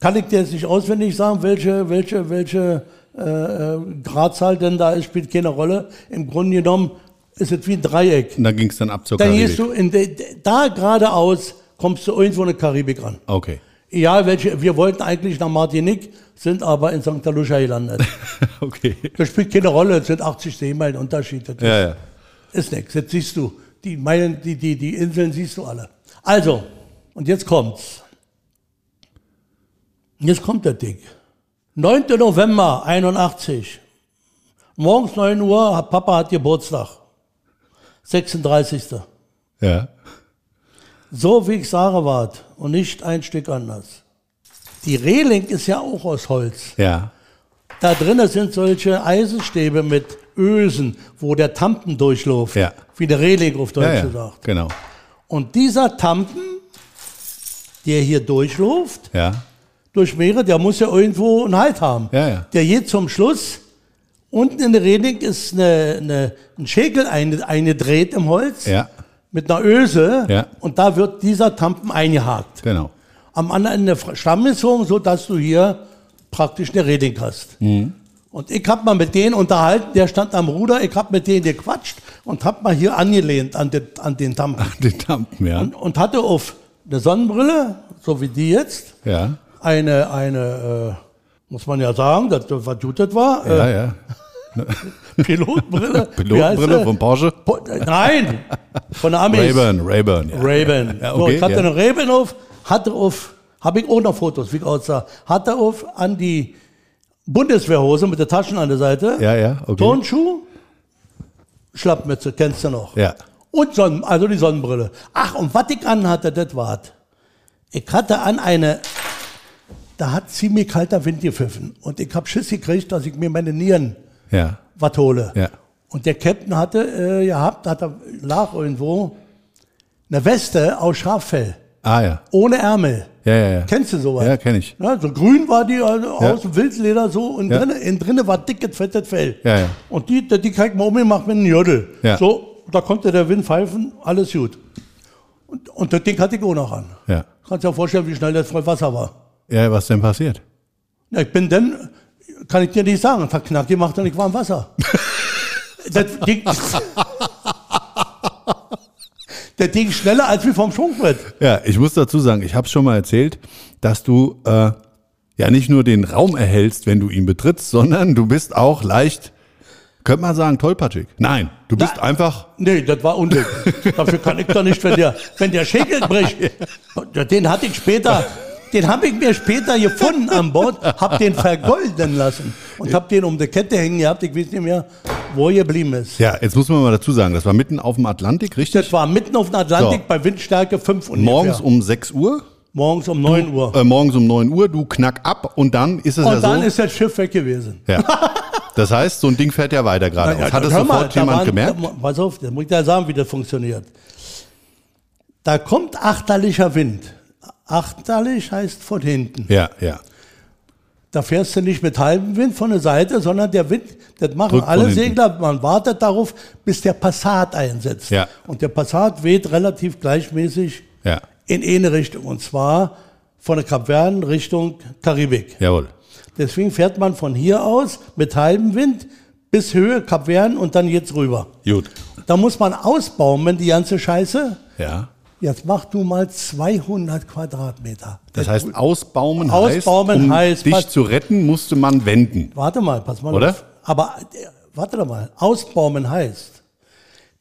kann ich dir jetzt nicht auswendig sagen, welche, welche, welche äh, äh, Gradzahl denn da ist, spielt keine Rolle. Im Grunde genommen ist es wie ein Dreieck. Und dann ging es dann ab zur Dann Karibik. gehst du in de, de, da geradeaus, kommst du irgendwo in der Karibik an. okay, <laughs> Egal welche, wir wollten eigentlich nach Martinique, sind aber in St. Lucia gelandet. okay. Das spielt keine Rolle, es sind 80 Seemeilen Unterschied. Das Ja, ja, ist nichts. Jetzt siehst du, die, Meilen, die, die, die Inseln siehst du alle. Also, und jetzt kommt's. Jetzt kommt das Ding. 9. November 81. Morgens 9 Uhr, hat- Papa hat Geburtstag. 36. ja. So wie ich sage, wart und nicht ein Stück anders. Die Reling ist ja auch aus Holz. Ja, Da drinnen sind solche Eisenstäbe mit Ösen, wo der Tampen durchläuft. Ja. Wie der Reling auf Deutsch ja, ja. gesagt. genau. Und dieser Tampen, der hier durchläuft, Ja, durch Meere, der muss ja irgendwo einen Halt haben. Ja, ja. Der geht zum Schluss. Unten in der Reling ist eine, eine, ein Schäkel eine- eingedreht im Holz ja, mit einer Öse. Ja. Und da wird dieser Tampen eingehakt. genau. <laughs> Am anderen Ende Stamm gezogen, sodass du hier praktisch eine Reling hast. Mhm. Und ich hab mal mit denen unterhalten, der stand am Ruder, ich hab mit denen gequatscht und hab mal hier angelehnt an den, an den Tampen Den Tampen, ja. und, und hatte auf eine Sonnenbrille, so wie die jetzt, Ja, eine, eine Muss man ja sagen, dass das was Gutes war. Ja, Äh, ja. <laughs> Pilotenbrille. Wie heißt Pilotenbrille sie? von Porsche. Po- äh, Nein, von der Amis. Rayburn, Rayburn. Ja. Raven. Ja, so, okay, ich hatte ja. einen Raven auf, hatte auf, habe ich auch noch Fotos, wie ich aussah, hatte auf an die Bundeswehrhose mit der Taschen an der Seite, Ja, ja, okay. Turnschuh, Schlappmütze, kennst du noch. Ja. Und Sonnen, also die Sonnenbrille. Ach, und was ich anhatte, das war Ich hatte an eine, da hat ziemlich kalter Wind gepfiffen. Und ich hab Schiss gekriegt, dass ich mir meine Nieren Ja. was hole. Ja. Und der Captain hatte äh, gehabt, hat er lag irgendwo, eine Weste aus Schaffell, Ah, ja. ohne Ärmel. Ja, ja, ja. Kennst du sowas? Ja, kenn ich. Na, so grün war die, also Ja. aus dem Wildleder so, und Ja. drinne, innen drinne war dickes, fettes Fell. Ja, ja. Und die, die, die kriegt man umgemacht mit einem Jodel. Ja. So, da konnte der Wind pfeifen, alles gut. Und, und das Ding hatte ich auch noch an. Ja. Kannst dir vorstellen, wie schnell das voll Wasser war. Ja, was denn passiert? Na, ich bin dann, kann ich dir nicht sagen, verknackt gemacht und ich war <laughs> im Wasser. das, ging, das ging schneller als wie vom Sprungbrett. Ja, ich muss dazu sagen, ich habe schon mal erzählt, dass du äh, ja nicht nur den Raum erhältst, wenn du ihn betrittst, sondern du bist auch leicht, könnte man sagen, tollpatschig. Nein, du bist Nein. einfach. Nee, das war Unglück. Dafür kann ich doch nicht, wenn der, wenn der Schäkel bricht. Den hatte ich später, den habe ich mir später gefunden an Bord, hab den vergolden lassen und hab den um die Kette hängen gehabt. Ich weiß nicht mehr, wo er geblieben ist. Ja, jetzt muss man mal dazu sagen, das war mitten auf dem Atlantik, richtig? Das war mitten auf dem Atlantik So. bei Windstärke 5 und Morgens um 6 Uhr, morgens um 9 Uhr. äh, morgens um 9 Uhr, du knack ab und dann ist es ja Und dann so. ist das Schiff weg gewesen. <laughs> ja. Das heißt, so ein Ding fährt ja weiter geradeaus. Ja, Ah, Hat es hör sofort mal, da jemand waren- gemerkt? Da, pass auf, da muss ich dir sagen, wie das funktioniert. Da kommt achterlicher Wind. Achterlich heißt von hinten. Ja, ja. Da fährst du nicht mit halbem Wind von der Seite, sondern der Wind, das machen Drückt von alle hinten. Segler, man wartet darauf, bis der Passat einsetzt. Ja. Und der Passat weht relativ gleichmäßig Ja. in eine Richtung, und zwar von der Kapverden Richtung Karibik. Jawohl. Deswegen fährt man von hier aus mit halbem Wind bis Höhe Kapverden und dann jetzt rüber. Gut. Da muss man ausbauen, die ganze Scheiße. Ja. Jetzt mach du mal 200 Quadratmeter. Das heißt, ausbaumen, Ausbaumen heißt, um heißt, dich was- zu retten, musste man wenden. Warte mal, pass mal Oder? auf. Aber äh, warte doch mal. Ausbauen heißt,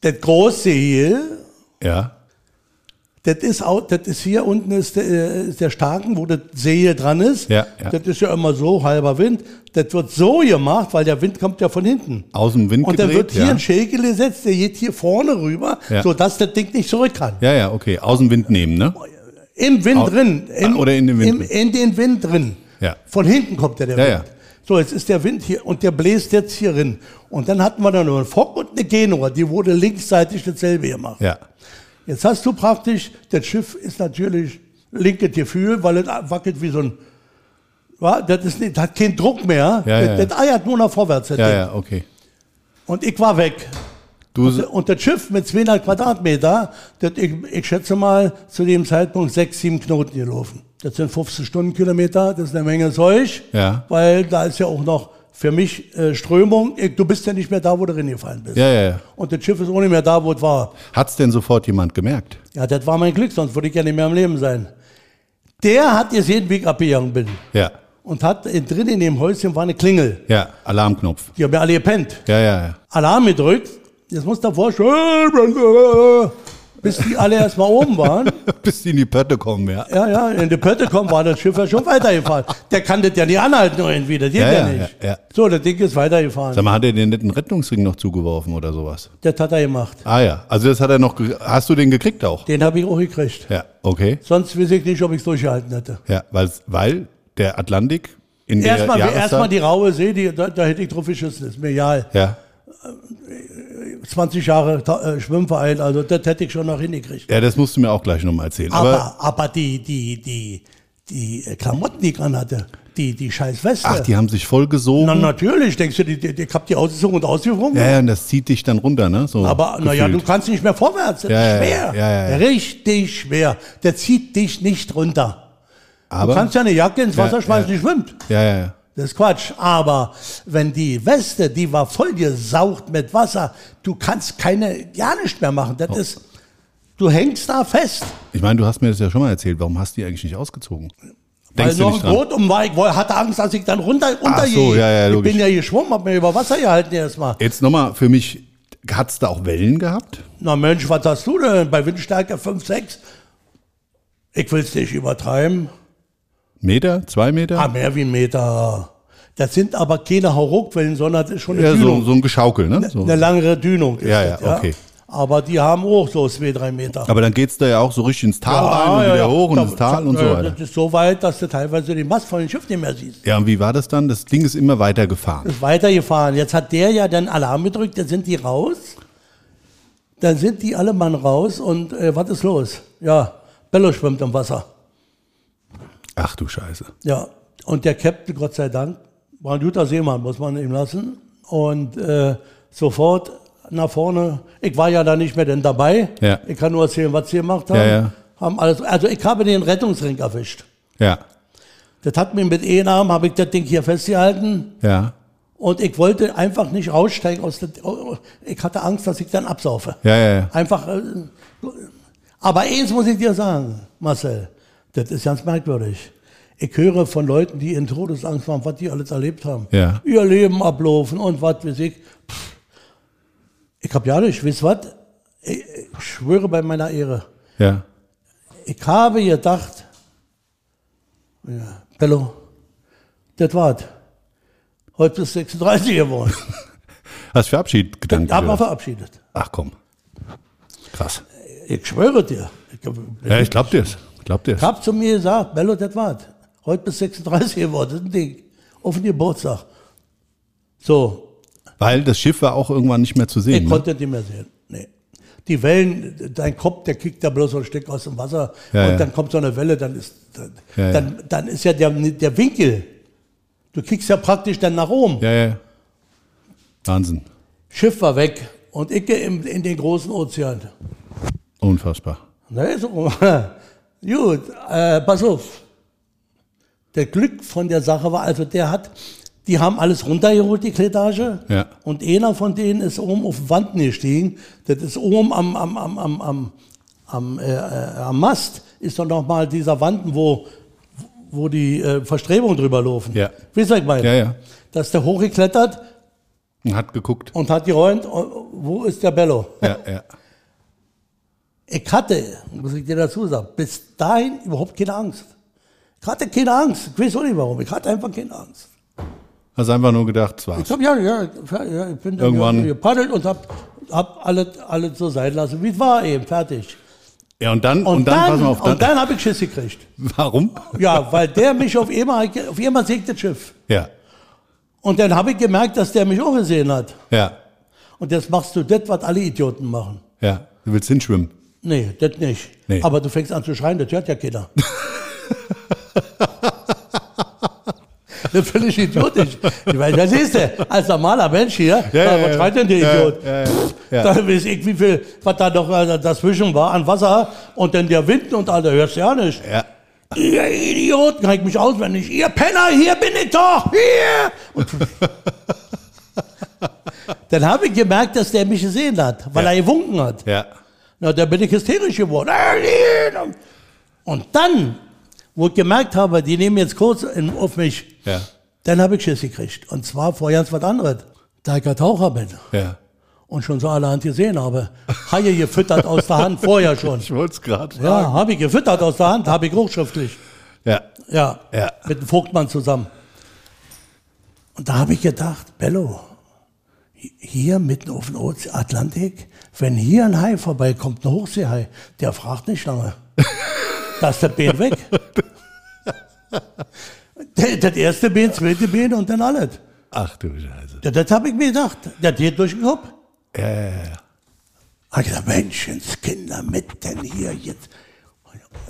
das große hier, Ja. das ist, au- das ist hier unten ist der, äh, ist der Starken, wo das Segel dran ist. Ja, ja. Das ist ja immer so, halber Wind. Das wird so gemacht, weil der Wind kommt ja von hinten. Aus dem Wind Und dann gedreht. wird hier ja. ein Schäkel gesetzt, der geht hier vorne rüber, Ja. sodass das Ding nicht zurück kann. ja, ja, okay. Aus dem Wind nehmen, ne? Im Wind Au- drin. Im, Ah, oder in den Wind Im, drin. in den Wind drin. Ja. Von hinten kommt ja der Ja, Wind. ja. So, jetzt ist der Wind hier und der bläst jetzt hier rein. Und dann hatten wir dann noch einen Fock und eine Genua, die wurde linksseitig dasselbe gemacht. Ja. Jetzt hast du praktisch, das Schiff ist natürlich linkes Gefühl, weil es wackelt wie so ein, wa? das, ist nicht, das hat keinen Druck mehr, Ja, das, ja, ja. das eiert nur nach vorwärts. das Ja, Ding. ja, okay. Und ich war weg. Du, s- Und das Schiff mit 200 Quadratmeter, das ich, ich schätze mal zu dem Zeitpunkt sechs, sieben Knoten gelaufen. Das sind 15 Stundenkilometer, das ist eine Menge Zeug, Ja. weil da ist ja auch noch für mich äh, Strömung. Ich, du bist ja nicht mehr da, wo du reingefallen bist. ja, ja, ja. Und das Schiff ist auch nicht mehr da, wo es war. Hat's denn sofort jemand gemerkt? Ja, das war mein Glück, sonst würde ich ja nicht mehr am Leben sein. Der hat gesehen, wie ich abgegangen bin. Ja. Und hat äh, drin in dem Häuschen war eine Klingel. Ja, Alarmknopf. Die haben ja alle gepennt. Ja, ja, ja. <laughs> Alarm gedrückt. Jetzt muss davor schon, bis die alle erstmal oben waren. Bis die in die Pötte kommen, ja. Ja, ja, in die Pötte kommen, war das Schiff ja schon weitergefahren. Der kann das ja nicht anhalten irgendwie, das geht Ja, ja, ja, nicht. ja, ja. So, das Ding ist weitergefahren. Sag mal, hat er den netten Rettungsring noch zugeworfen oder sowas? Das hat er gemacht. Ah ja, also das hat er noch, ge- hast du den gekriegt auch? Den habe ich auch gekriegt. Ja, okay. Sonst weiß ich nicht, ob ich es durchgehalten hätte. Ja, weil, weil der Atlantik in der Erstmal Jahreszeit... erstmal die raue See, die, da, da hätte ich drauf geschissen, ist mir egal. ja. 20 Jahre Ta- äh, Schwimmverein, also das hätte ich schon noch hingekriegt. ja, das musst du mir auch gleich nochmal erzählen. Aber, Aber, aber die, die, die, die äh, Klamotten, die ich anhatte, die, die scheiß Weste. ach, die haben sich vollgesogen. Na natürlich, denkst du, die, die, die, ich hab die ausgezogen und ausgewogen. Ja, ja, und das zieht dich dann runter, ne? So Aber naja, du gefühlt. kannst nicht mehr vorwärts. Das Ja, ja, ist schwer. ja, ja, ja. Richtig schwer. Der zieht dich nicht runter. Aber, du kannst ja eine Jacke ins Wasser schmeißen, die schwimmt. ja, ja, ja. Das ist Quatsch. Aber wenn die Weste, die war vollgesaugt mit Wasser, du kannst keine, ja nicht mehr machen. Oh. Das ist, du hängst da fest. Ich meine, du hast mir das ja schon mal erzählt. Warum hast du die eigentlich nicht ausgezogen? Denkst Weil du noch nicht ein dran? Boot um war, ich wollte- hatte Angst, dass ich dann runter Ach unter so, ja, ja, Ich logisch. bin ja geschwommen, hab mir über Wasser gehalten erstmal. Jetzt nochmal für mich, hat's da auch Wellen gehabt? Na Mensch, was hast du denn? Bei Windstärke 5, 6? Ich will's nicht übertreiben. Meter, zwei Meter? Ah, mehr wie ein Meter. Das sind aber keine Hauruckwellen, sondern das ist schon eine ja, so, Dünung. so ein Geschaukel, ne? So. Eine langere Dünung. Ist Ja, ja, das, okay. Aber die haben auch so zwei, drei Meter. Aber dann geht's da ja auch so richtig ins Tal Ah, rein und ja, wieder ja. hoch und Da- ins Tal und so äh, weiter. Das ist so weit, dass du teilweise den Mast von dem Schiff nicht mehr siehst. Ja, und wie war das dann? Das Ding ist immer weiter gefahren. Ist weitergefahren. Jetzt hat der ja dann Alarm gedrückt, dann sind die raus. Dann sind die alle Mann raus und äh, was ist los? Ja, Bello schwimmt im Wasser. Ach du Scheiße. Ja, und der Captain, Gott sei Dank, war ein guter Seemann, muss man ihm lassen. Und äh, sofort nach vorne. Ich war ja da nicht mehr denn dabei. Ja. Ich kann nur erzählen, was sie gemacht haben. Ja, ja. haben alles, also ich habe den Rettungsring erwischt. Ja, Das hat mir mit einem Arm, habe ich das Ding hier festgehalten. ja, Und ich wollte einfach nicht raussteigen. Aus der, ich hatte Angst, dass ich dann absaufe. ja, ja, ja. Einfach. äh, Aber eins muss ich dir sagen, Marcel, das ist ganz merkwürdig. Ich höre von Leuten, die in Todesangst waren, was die alles erlebt haben. Ja. Ihr Leben ablaufen und was weiß ich. Pff. Ich hab ja nicht, wisst was? Ich, ich schwöre bei meiner Ehre. ja. Ich habe gedacht, ja, Bello, das war's. Heute bist du 36 geworden. Hast für Abschied Gedanken Ich hab mal gemacht? verabschiedet. Ach komm. Krass. Ich schwöre dir. Ich, Ja, ich glaub dir's. Glaub dir's. Ich hab zu mir gesagt, Bello, das war's. Heute bis 36 geworden, das ist ein Ding. Auf den Geburtstag. So, Weil das Schiff war auch irgendwann nicht mehr zu ich sehen. Ne? konnte nicht mehr sehen. Nee. Die Wellen, dein Kopf, der kickt da bloß so ein Stück aus dem Wasser Ja, und ja. dann kommt so eine Welle, dann ist, dann, Ja, ja. dann, dann ist ja der, der Winkel. Du kickst ja praktisch dann nach oben. Ja, ja. Wahnsinn. Schiff war weg und ich in, in den großen Ozean. Unfassbar. Na, so. <laughs> Gut, äh, pass auf. Der Glück von der Sache war, also der hat, die haben alles runtergeholt, die Kletage. Ja. Und einer von denen ist oben auf die Wand gestiegen. Das ist oben am, am, am, am, am, am, äh, äh, am Mast, ist doch nochmal dieser Wanden, wo, wo die äh, Verstrebungen drüber laufen. Ja. Wisst ihr, was ich meine? Ja, ja. Da ist der hochgeklettert Und hat geguckt. und hat geräumt, oh, wo ist der Bello? Ja, ja. Ich hatte, muss ich dir dazu sagen, bis dahin überhaupt keine Angst. Ich hatte keine Angst. Ich weiß auch nicht warum. Ich hatte einfach keine Angst. Hast einfach nur gedacht, es Ich war's. hab, ja, ja, ja, ich bin dann Irgendwann- gepaddelt und hab, hab alles, alles so sein lassen, wie es war eben, fertig. Ja, und dann, und, dann, pass mal auf, und dann hab ich Schiss gekriegt. <laughs> warum? Ja, weil der mich auf einmal, auf einmal sägt das Schiff. Ja, Und dann hab ich gemerkt, dass der mich auch gesehen hat. ja, Und jetzt machst du das, was alle Idioten machen. ja. Du willst hinschwimmen. Nee, das nicht. Nee. Aber du fängst an zu schreien, das hört <laughs> ja keiner. das finde ich idiotisch. Ich meine, das siehst du, als normaler Mensch hier, Ah, ja, was ja. schreit denn der Ja, Idiot? ja, ja, Pff, ja. Da weiß ich, wie viel, was da noch äh, dazwischen war an Wasser und dann der Wind und all, da hörst du ja nicht. Ja. Ihr Idioten, kann ich mich auswendig. Ihr Penner, hier bin ich doch, hier! Und <laughs> dann habe ich gemerkt, dass der mich gesehen hat, weil Ja. er gewunken hat. Ja. Na, da bin ich hysterisch geworden. Ah, Und dann, wo ich gemerkt habe, die nehmen jetzt kurz in, auf mich, Ja. dann habe ich Schiss gekriegt. Und zwar vor ganz was anderes. Da ich ja Taucher bin Ja. und schon so allerhand gesehen habe, <laughs> Haie gefüttert aus der Hand, <laughs> vorher schon. Ich wollte es gerade Ja, habe ich gefüttert aus der Hand, habe ich hochschriftlich. Ja. Ja, Ja. mit dem Vogtmann zusammen. Und da habe ich gedacht, Bello, hi- hier mitten auf dem Oze- Atlantik, wenn hier ein Hai vorbeikommt, ein Hochseehai, der fragt nicht lange. da ist das Bein weg. D- das erste Bein, zweite Bein und dann alles. Ach du Scheiße. Ja, das habe ich mir gedacht. Das geht durch den Kopf. Ja, ja, ja. Hab ich gesagt, Menschenskinder, mit denn hier jetzt?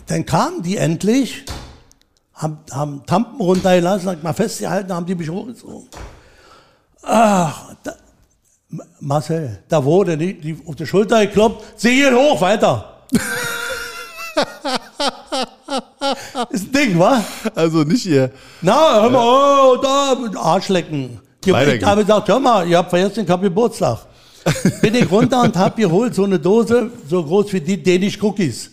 Dann kamen die endlich, haben, haben Tampen runtergelassen, hab ich mal festgehalten, haben die mich hochgezogen. Ach, da, M- Marcel, da wurde die, die auf die Schulter gekloppt, sie gehen hoch, weiter. <laughs> Ist ein Ding, wa? Also nicht hier. Na, hör mal, oh, da, mit Arschlecken. Die Weiter ich habe gesagt, hör mal, ihr habt vergessen, ich habe Geburtstag. Bin ich runter und hab geholt so eine Dose, so groß wie die Dänisch Cookies.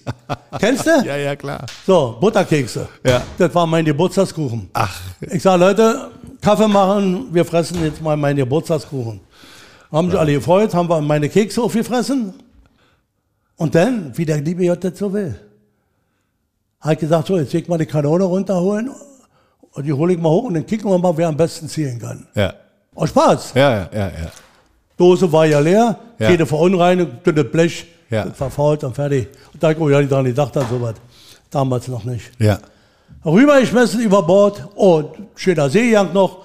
Kennst du? Ja, ja, klar. So, Butterkekse. Ja. Das war mein Geburtstagskuchen. Ach. Ich sage, Leute, Kaffee machen, wir fressen jetzt mal meinen Geburtstagskuchen. Haben sich alle gefreut, haben wir meine Kekse aufgefressen. Und dann, wie der liebe Gott das so will, hat gesagt, so, jetzt leg mal die Kanone runterholen und die hole ich mal hoch und dann kicken wir mal, wer am besten zielen kann. Ja. Aus Spaß. Ja, ja, ja, ja. Dose war ja leer, Ja. jede Verunreinigung, dünnes Blech, Ja. das verfault und fertig. Und da hab ich, oh ja, nicht dran gedacht an sowas. Damals noch nicht. Ja. Rübergeschmissen über Bord und schöner Seejagd noch.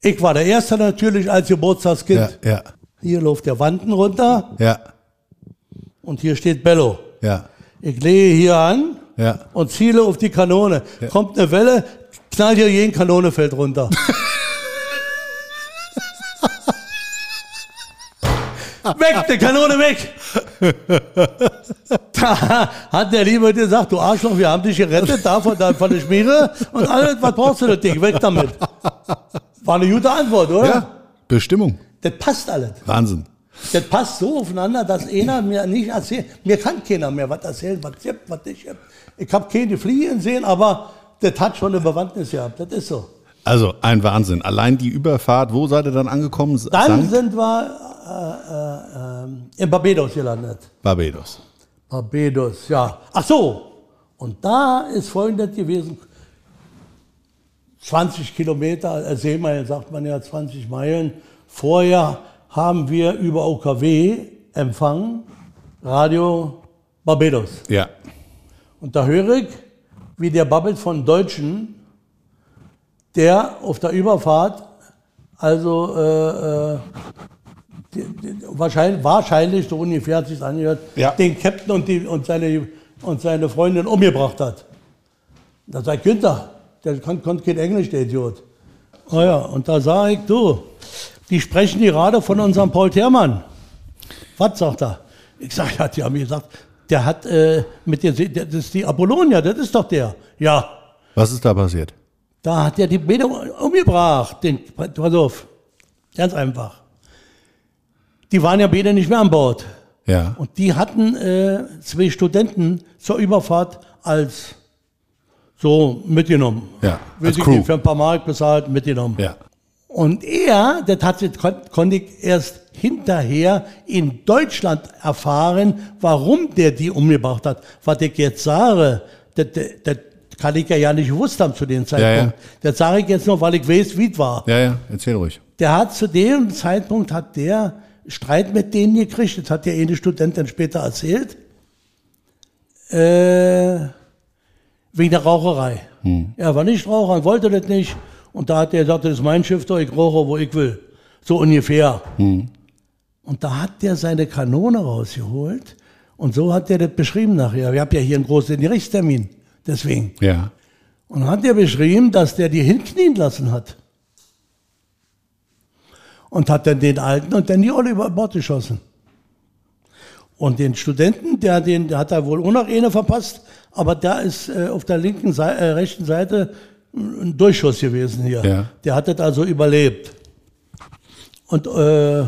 Ich war der Erste natürlich als Geburtstagskind. Ja, ja, Hier läuft der Wanden runter ja, und hier steht Bello. ja, Ich lege hier an ja. und ziele auf die Kanone. Kommt eine Welle, knallt hier jeden Kanone fällt runter. weg, die Kanone weg! da hat der Liebe gesagt, du Arschloch, wir haben dich gerettet, davon, davon der Schmiere und alles, was brauchst du das Ding, weg damit. War eine gute Antwort, oder? Ja. Bestimmung. Das passt alles. Wahnsinn. Das passt so aufeinander, dass einer mir nicht erzählt. Mir kann keiner mehr was erzählen, was gibt, was nicht gibt. Ich habe keine Fliehen sehen, aber das hat schon eine Bewandtnis gehabt. Das ist so. Also ein Wahnsinn. Allein die Überfahrt, wo seid ihr dann angekommen? S- Dann Sankt sind wir äh, äh, äh, in Barbados gelandet. Barbados. Barbados, ja. Ach so. Und da ist folgendes gewesen. 20 Kilometer, äh, Seemeilen sagt man ja, 20 Meilen. Vorher haben wir über OKW empfangen, Radio Barbados. Ja. Und da höre ich, wie der babbelt von Deutschen, der auf der Überfahrt, also äh, äh, die, die, wahrscheinlich, wahrscheinlich, so ungefähr hat sich angehört, Ja. den Captain und, die, und, seine, und seine Freundin umgebracht hat. Da sagt Günther, der kann, konnte kein Englisch, der Idiot. Oh ja, und da sage ich, du, die sprechen gerade von unserem Paul Thermann. Was sagt er? Ich sage, ja, die haben mir gesagt, der hat äh, mit der, See- der- das ist die Apollonia, das ist doch der. Ja, Was ist da passiert? da hat er die Bäder um, umgebracht. Den, pass auf, ganz einfach. Die waren ja beide nicht mehr an Bord. Ja. Und die hatten äh, zwei Studenten zur Überfahrt als so mitgenommen. Ja, Weiß als ich Crew. nicht, für ein paar Mark bezahlt, mitgenommen. Ja. Und er, das hat, sie- kon, konnte ich erst hinterher in Deutschland erfahren, warum der die umgebracht hat. Was ich jetzt sage, das, das, das kann ich ja nicht gewusst haben zu dem Zeitpunkt. Das sage ich jetzt nur, weil ich weiß, wie es war. Ja, ja. Erzähl ruhig. Der hat zu dem Zeitpunkt hat der Streit mit denen gekriegt. Das hat der eine Student dann später erzählt. Äh, wegen der Raucherei. Er war nicht Raucher und wollte das nicht. Und da hat er gesagt, das ist mein Schiff, doch, ich rauche, wo ich will. So ungefähr. Und da hat der seine Kanone rausgeholt. Und so hat er das beschrieben nachher. Wir haben ja hier einen großen Gerichtstermin. Deswegen. Ja. Und dann hat er beschrieben, dass der die hinknien lassen hat. Und hat dann den Alten und dann die alle über Bord geschossen. Und den Studenten, der, den, der hat da wohl auch noch eine verpasst, aber da ist äh, auf der linken Seite, äh, rechten Seite ein Durchschuss gewesen hier. Ja. Der hat das also überlebt. Und äh,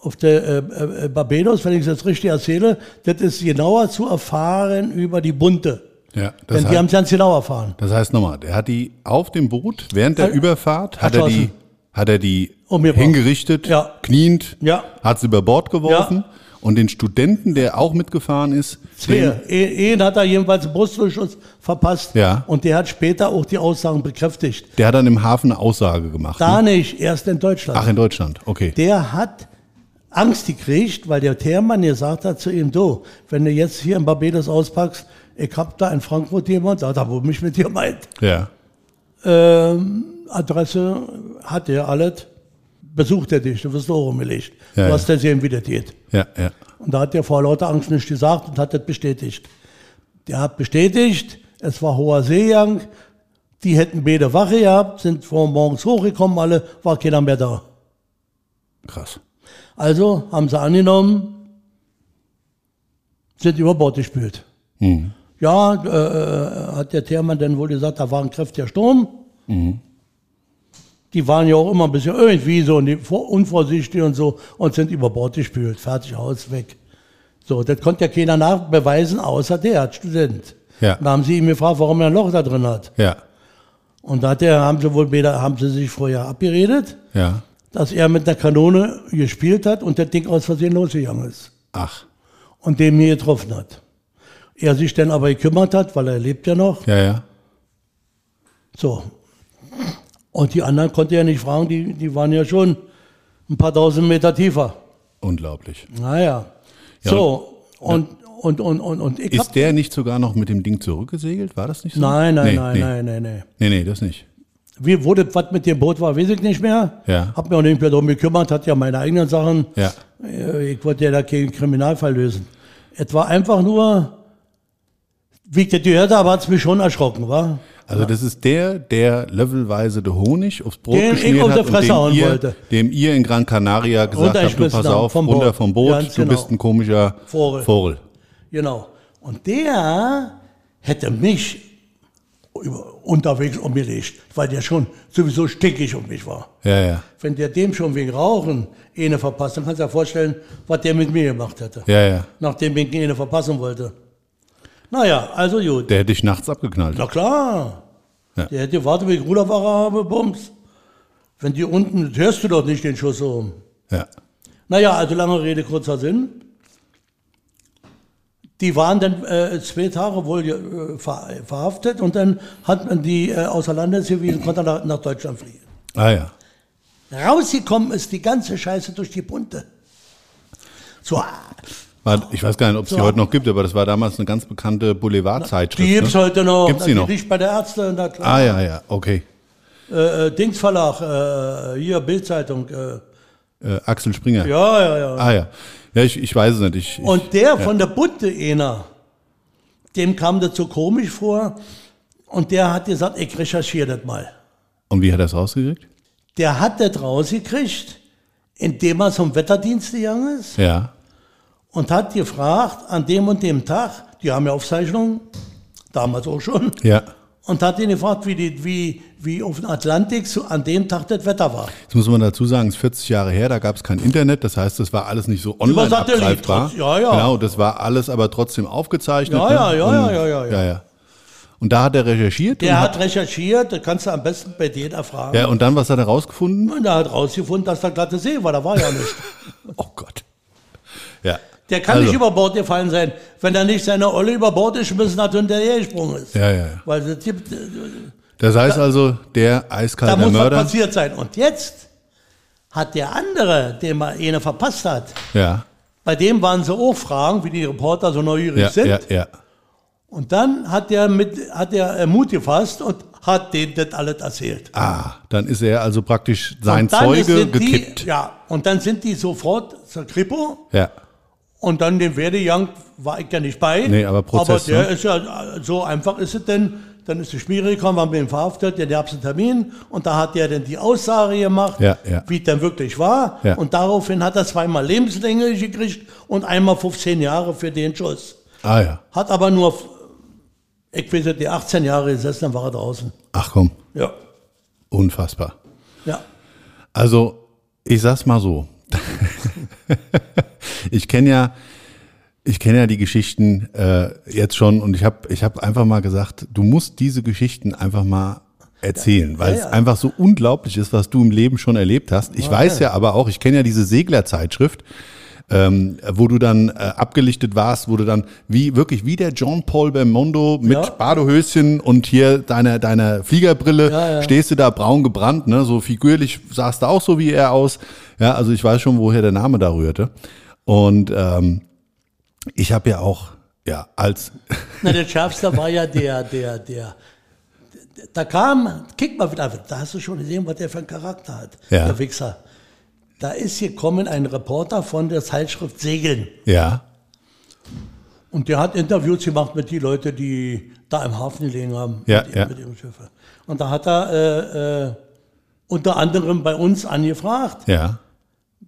auf der äh, äh, Barbados, wenn ich es jetzt richtig erzähle, das ist genauer zu erfahren über die Bunte. Ja. Das Denn die haben heißt, es ganz genau erfahren. das heißt nochmal, der hat die auf dem Boot während der Äh, Überfahrt hat er die erschossen. hat er die Umgebracht. hingerichtet, Um Ja. kniend, Ja. hat sie über Bord geworfen und den Studenten, der auch mitgefahren ist, den, Schwer. E- Ehen hat er jedenfalls einen Brustdurchschuss verpasst. Ja. Hm. Und der hat später auch die Aussagen bekräftigt. der hat dann im Hafen eine Aussage gemacht. Da ne? nicht, erst in Deutschland. Ach in Deutschland. Okay. Der hat Angst gekriegt, weil der Theermann gesagt hat zu ihm, du, wenn du jetzt hier in Barbados auspackst, ich hab da in Frankfurt jemand, da hat er wohl mich mit dir meint. Ja. Ähm, Adresse hat er alles, besucht er dich, du wirst auch rumgelegt. Ja, du ja. hast ja sehen, wie das geht. Ja, ja. Und da hat der vor lauter Angst nicht gesagt und hat das bestätigt. Der hat bestätigt, es war hoher Seejang, die hätten beide Wache gehabt, sind vor morgens hochgekommen, alle, war keiner mehr da. Krass. Also haben sie angenommen, sind über Bord gespült. Ja, äh, äh, hat der Theermann dann wohl gesagt, da war ein kräftiger Sturm. die waren ja auch immer ein bisschen irgendwie so ne- vor- unvorsichtig und so und sind über Bord gespült. Fertig, Haus weg. So, das konnte ja keiner nachbeweisen, außer der, als Student. Ja. Da haben sie ihn gefragt, warum er ein Loch da drin hat. Ja, Und da hat er, haben sie wohl weder, haben sie sich vorher abgeredet, ja. dass er mit einer Kanone gespielt hat und das Ding aus Versehen losgegangen ist. Ach, Und den mir getroffen hat. Er sich dann aber gekümmert hat, weil er lebt ja noch. ja, ja. So. Und die anderen konnte er nicht fragen, die, die waren ja schon ein paar tausend Meter tiefer. Unglaublich. Naja. Ja, so, und, und, und, und, und ich Ist der nicht sogar noch mit dem Ding zurückgesegelt? War das nicht so? Nein, nein, Nee, nein, nee. nein, nein, nein. Nee, nee, das nicht. Wie wurde was mit dem Boot war, weiß ich nicht mehr. Ja. Hab mir auch nicht mehr darum gekümmert, hat ja meine eigenen Sachen. Ja. Äh, Ich wollte ja da keinen Kriminalfall lösen. Es war einfach nur, wie ich das gehört habe, hat es mich schon erschrocken, war? Also das ist der, der levelweise de Honig aufs Brot Den ich geschmiert auf hat der Fresse hauen dem ihr, wollte. dem ihr in Gran Canaria gesagt habt, du Runtergeschmissen pass haben auf, vom runter Boot. vom Boot, Ganz du genau. bist ein komischer Vogel. Genau. Und der hätte mich über, unterwegs umgelegt, weil der schon sowieso stickig um mich war. Ja, ja, Wenn der dem schon wegen Rauchen eine verpasst, dann kannst du dir vorstellen, was der mit mir gemacht hätte. ja, ja. Nachdem ich ihn eine verpassen wollte. Naja, also gut. Der hätte dich nachts abgeknallt. Na klar. Ja. Der hätte gewartet, wenn ich Ruderwache habe, bums. Wenn die unten, das hörst du doch nicht den Schuss so um. Ja, Naja, also lange Rede, kurzer Sinn. Die waren dann äh, zwei Tage wohl äh, ver verhaftet und dann hat man die äh, außer Landes gewiesen, konnte nach, nach Deutschland fliegen. ah ja. Rausgekommen ist die ganze Scheiße durch die Bunte. So, ah, War, ich weiß gar nicht, ob es die So. heute noch gibt, aber das war damals eine ganz bekannte Boulevardzeitschrift. die gibt's heute noch. ne? Gibt's die noch? Natürlich bei der Ärzte, na klar. Ah ja, ja, okay. Äh, äh, Dings Verlag, äh, hier Bildzeitung. Äh, Äh, Axel Springer. ja, ja, ja. Ah ja. Ja, ich, ich weiß es nicht. Ich, ich, Und der von der Bunte einer, dem kam das so komisch vor und der hat gesagt, ich recherchiere das mal. und wie hat er es rausgekriegt? Der hat das rausgekriegt, indem er zum Wetterdienst gegangen ist Ja, und hat gefragt, an dem und dem Tag, die haben ja Aufzeichnungen, damals auch schon, ja. und hat ihn gefragt, wie, die, wie, wie auf dem Atlantik so an dem Tag das Wetter war. Jetzt muss man dazu sagen, es ist 40 Jahre her, da gab es kein Internet, das heißt, das war alles nicht so online Über Satellit abgreifbar. trotz- ja, ja. Genau, das war alles aber trotzdem aufgezeichnet. Ja, ne? ja, ja, Und- ja, ja, ja. ja, ja. Und da hat er recherchiert Der und hat recherchiert, das kannst du am besten bei denen erfragen. ja, und dann, was hat er rausgefunden? Und er hat rausgefunden, dass da glatte See war, da war ja nichts. Oh Gott. Ja. Der kann Also, nicht über Bord gefallen sein, wenn er nicht seine Olle über Bord geschmissen hat und der gesprungen ist. Ja, ja, ja. Weil es gibt, äh, Das heißt also, der da eiskalte muss was Mörder. passiert sein. Und jetzt hat der andere, den man eine verpasst hat, Ja, bei dem waren sie auch Fragen, wie die Reporter so neugierig ja, sind. ja, ja. Und dann hat der mit, hat der äh, Mut gefasst und hat denen das alles erzählt. Ah, dann ist er also praktisch sein und dann Zeuge sind gekippt. Die, ja, und dann sind die sofort zur Kripo. ja. Und dann den Werdegang war ich ja nicht bei. Nee, aber Prozess, Aber der ne? ist ja, so einfach ist es denn. Dann ist die Schmiere gekommen, haben den verhaftet, der gab es einen Termin und da hat der dann die Aussage gemacht, Ja, ja. wie es dann wirklich war. Ja. Und daraufhin hat er zweimal Lebenslänge gekriegt und einmal 15 Jahre für den Schuss. Ah ja. Hat aber nur, ich weiß nicht, die 18 Jahre gesessen, dann war er draußen. Ach komm, Ja. unfassbar. Ja. Also, ich sag's mal so. ich kenne ja, ich kenne ja die Geschichten äh, jetzt schon und ich habe ich hab einfach mal gesagt, du musst diese Geschichten einfach mal erzählen, weil ja. es einfach so unglaublich ist, was du im Leben schon erlebt hast. Ich weiß ja aber auch, ich kenne ja diese Seglerzeitschrift, ähm, wo du dann äh, abgelichtet warst, wo du dann wie wirklich wie der John Paul Belmondo mit Ja. Badehöschen und hier deiner deiner Fliegerbrille Ja, ja. stehst du da braun gebrannt, ne? So figürlich sahst du auch so wie er aus. Ja, also ich weiß schon, woher der Name da rührte. Und ähm, ich habe ja auch ja als <laughs> Na, der Schärfste war ja der, der, der. Da kam, kick mal wieder, da hast du schon gesehen, was der für einen Charakter hat, Ja. der Wichser. Da ist gekommen ein Reporter von der Zeitschrift Segeln. ja Und der hat Interviews gemacht mit den Leuten, die da im Hafen gelegen haben. Ja, mit, ja. mit ihren Schiffen. Und da hat er äh, äh, unter anderem bei uns angefragt. ja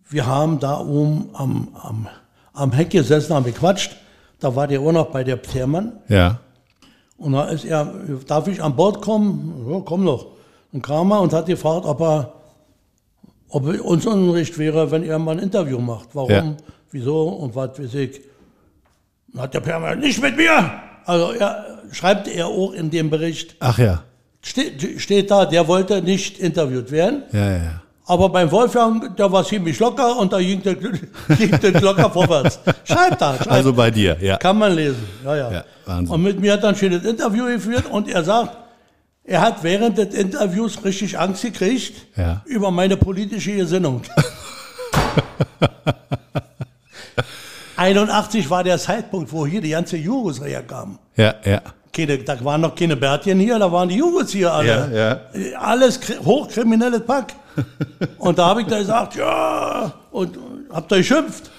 Wir haben da oben am, am, am Heck gesessen, haben gequatscht. Da war der auch noch bei der Pfermann. ja Und da ist er, darf ich an Bord kommen? Ja, komm doch. Dann kam er und hat gefragt, ob er, ob es uns unrecht wäre, wenn er mal ein Interview macht. Warum, Ja. wieso und was weiß ich. Dann hat der Permanent nicht mit mir. Also er schreibt er auch in dem Bericht. Ach ja. Steht, steht da, der wollte nicht interviewt werden. Ja, ja, ja. Aber beim Wolfgang, da war es ziemlich locker und da ging der, <laughs> ging der locker vorwärts. Schreibt da, schreibt. Also bei dir, ja. Kann man lesen, ja, ja. Ja, Wahnsinn. und mit mir hat er ein schönes Interview geführt und er sagt, er hat während des Interviews richtig Angst gekriegt Ja. über meine politische <laughs> Gesinnung. 81 war der Zeitpunkt, wo hier die ganze Jugos herkamen. Ja, ja. Keine, da waren noch keine Bärtchen hier, da waren die Jugos hier alle. Ja, ja. Alles kri- hochkriminelles <laughs> Pack. Und da habe ich da gesagt, ja, und hab da geschimpft.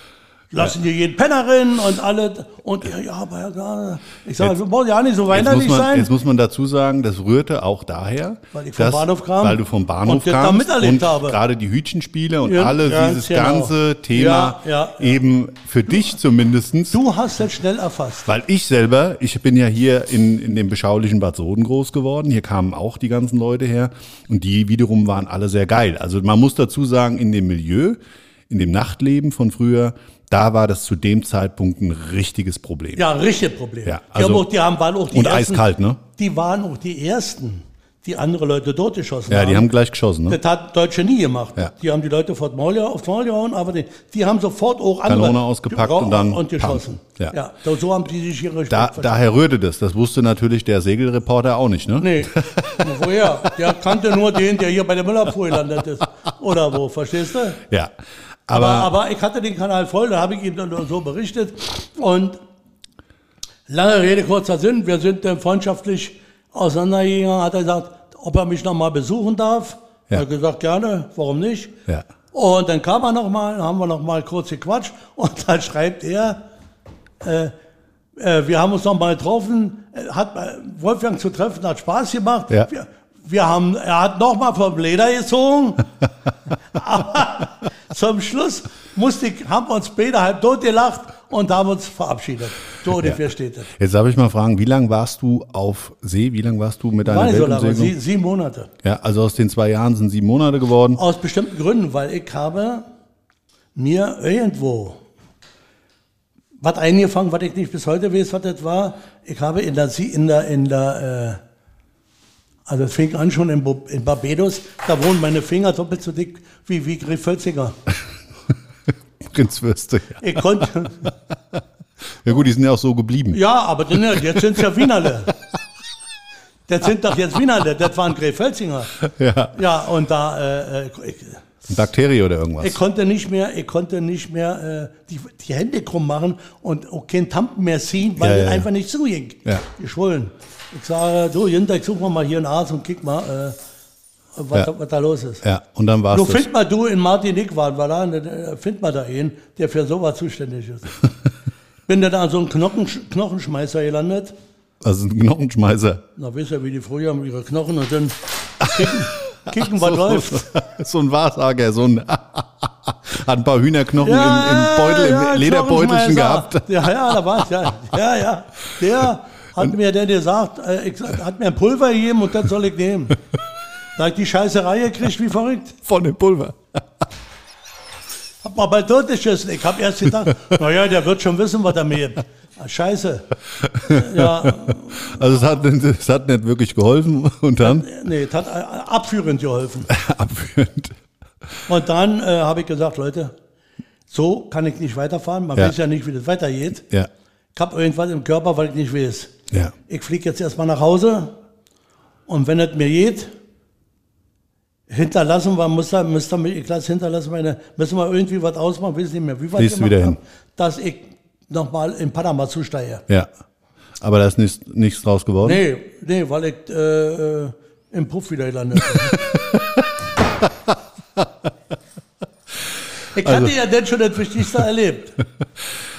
Lassen hier jeden Penner rein und alle. Und ja, ja aber Herr Gade, ich sage, wir wollen ja nicht so Jetzt muss, weinerlich man, sein. jetzt muss man dazu sagen, das rührte auch daher, Weil ich vom Bahnhof kam. weil du vom Bahnhof Und das da kamst miterlebt und habe. gerade die Hütchenspiele und Ja, alle ganz dieses genau. ganze Thema Ja, ja, ja. eben für dich zumindestens, Du hast das schnell erfasst. weil ich selber, ich bin ja hier in, in dem beschaulichen Bad Soden groß geworden, hier kamen auch die ganzen Leute her und die wiederum waren alle sehr geil. Also man muss dazu sagen, in dem Milieu, in dem Nachtleben von früher, da war das zu dem Zeitpunkt ein richtiges Problem. Ja, richtig Problem. Ja, die, haben also- auch, die haben, waren auch die und ersten, eiskalt, ne? Die waren auch die ersten, die andere Leute dort geschossen Ja, haben. die haben gleich geschossen, ne? Das hat Deutsche nie gemacht. Ja. Die haben die Leute vor Maul, aufs Maul gehauen, aber die, die haben sofort auch andere Kanone ausgepackt und dann und geschossen. pam. Ja. so- so haben die sich ihre Respekt Da, verschafft. daher rührte das. Das wusste natürlich der Segelreporter auch nicht, ne? <laughs> Nee, woher? Der kannte nur den, der hier bei der Müllabfuhr gelandet ist. Oder wo, verstehst du? Ja. Aber, Aber, aber ich hatte den Kanal voll, da habe ich ihm dann nur so berichtet. Und lange Rede, kurzer Sinn, wir sind dann freundschaftlich auseinandergegangen. Hat er gesagt, ob er mich nochmal besuchen darf. Ja. Ja. Hat gesagt, gerne, warum nicht? Ja. Und dann kam er nochmal, haben wir nochmal kurz gequatscht. Und dann schreibt er, äh, äh, wir haben uns nochmal getroffen, äh, hat äh, Wolfgang zu treffen, hat Spaß gemacht. Ja. Wir, wir haben, er hat nochmal vom Leder gezogen. Aber zum Schluss musste ich, haben wir uns beide halb tot gelacht und haben uns verabschiedet. So ungefähr steht das. jetzt darf ich mal fragen, wie lange warst du auf Sie? Wie lange warst du mit War deiner nicht so lange, Weltumsegelung? sie, sieben Monate. ja, also aus den zwei Jahren sind sieben Monate geworden. Aus bestimmten Gründen, weil ich habe mir irgendwo was eingefangen, was ich nicht bis heute weiß, was das war. Ich habe in der, Sie- in der, in der äh, also es fing an schon in, Bo- in Barbados, da wurden meine Finger doppelt so dick wie, wie Griffölzinger. Prinz Würste. Ja. Ich konnte, ja gut, die sind ja auch so geblieben. ja, aber dann, jetzt sind es ja Wienerle. Das sind doch jetzt Wienerle, das waren Griffölzinger. Ja. Ja, und da, äh, äh, ich, Ein Bakterie oder irgendwas. Ich konnte nicht mehr, ich konnte nicht mehr äh, die, die Hände krumm machen und auch keinen Tampen mehr ziehen, weil Ja, ja, es ja. einfach nicht zuging. Ja. Geschwollen. Ich sage, du, Jünter, ich suche mal hier einen Arzt und kick mal, äh, was, Ja. da, was da los ist. ja, und dann warst Du du. find mal du in Martinique waren, weil da äh, find mal da einen, der für sowas zuständig <laughs> ist. Bin dann an so einen Knochen, Knochenschmeißer gelandet. Also ein Knochenschmeißer. Na, wisst ihr, wie die früher mit ihren Knochen und <laughs> dann kicken, kicken was so, läuft. <laughs> So ein Wahrsager, so ein <laughs> hat ein paar Hühnerknochen im, im Beutel, im ein Lederbeutelchen Knochenschmeißer. gehabt. <laughs> Ja, ja, da war's, ja. Ja, ja. Der hat mir der gesagt, äh, ich, sag, hat mir ein Pulver gegeben und das soll ich nehmen. Da hab ich die Scheißerei gekriegt, wie verrückt. Von dem Pulver. Hab mal bei tot geschissen. Ich hab erst gedacht, naja, der wird schon wissen, was er mir gibt. Ah, Scheiße. Äh, Ja, Also es hat, es hat nicht wirklich geholfen und dann <laughs> nee, das hat äh, abführend geholfen. abführend. Und dann äh, habe ich gesagt, Leute, so kann ich nicht weiterfahren. Man Ja. weiß ja nicht, wie das weitergeht. Ja, Ich hab irgendwas im Körper, weil ich nicht weiß. ja. ich fliege jetzt erstmal nach Hause und wenn es mir geht, hinterlassen wir, muss da, muss da ich lasse hinterlassen, meine, müssen wir irgendwie was ausmachen, wissen nicht mehr, wie wir Fliegst du gemacht wieder haben, hin. dass ich nochmal in Panama zusteige. Ja. Aber da ist nichts, nichts draus geworden. Nee, nee, weil ich äh, äh, im Puff wieder gelandet <laughs> bin. Ich hatte ja denn schon das Wichtigste erlebt.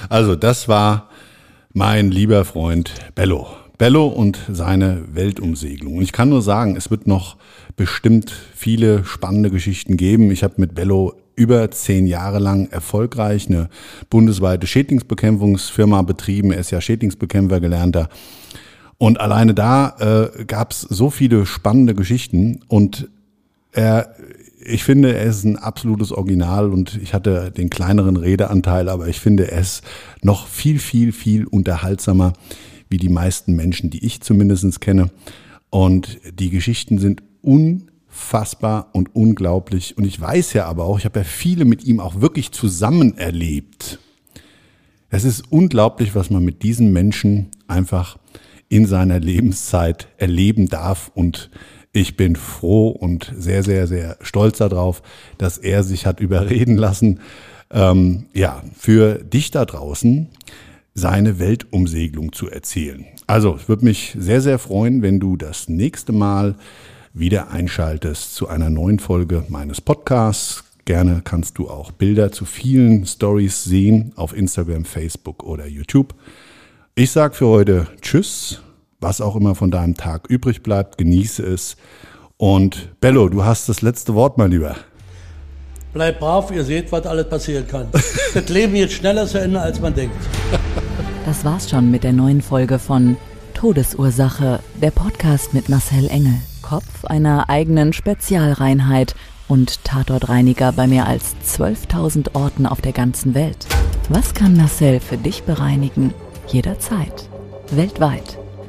Also, das war mein lieber Freund Bello. Bello und seine Weltumsegelung. Und ich kann nur sagen, es wird noch bestimmt viele spannende Geschichten geben. Ich habe mit Bello über zehn Jahre lang erfolgreich eine bundesweite Schädlingsbekämpfungsfirma betrieben. Er ist ja Schädlingsbekämpfer gelernter. Und alleine da äh, gab es so viele spannende Geschichten und er, ich finde, er ist ein absolutes Original und ich hatte den kleineren Redeanteil, aber ich finde es noch viel, viel, viel unterhaltsamer wie die meisten Menschen, die ich zumindestens kenne. Und die Geschichten sind unfassbar und unglaublich. Und ich weiß ja aber auch, ich habe ja viele mit ihm auch wirklich zusammen erlebt. Es ist unglaublich, was man mit diesen Menschen einfach in seiner Lebenszeit erleben darf. Und ich bin froh und sehr, sehr, sehr stolz darauf, dass er sich hat überreden lassen, ähm, ja, für dich da draußen seine Weltumsegelung zu erzielen. Also, ich würde mich sehr, sehr freuen, wenn du das nächste Mal wieder einschaltest zu einer neuen Folge meines Podcasts. Gerne kannst du auch Bilder zu vielen Stories sehen auf Instagram, Facebook oder YouTube. Ich sage für heute Tschüss, was auch immer von deinem Tag übrig bleibt, genieße es. Und Bello, du hast das letzte Wort, mein Lieber. Bleibt brav, ihr seht, was alles passieren kann. das Leben geht schneller zu Ende, als man denkt. Das war's schon mit der neuen Folge von Todesursache, der Podcast mit Marcel Engel. Kopf einer eigenen Spezialreinheit und Tatortreiniger bei mehr als 12.000 Orten auf der ganzen Welt. Was kann Marcel für dich bereinigen? Jederzeit. Weltweit.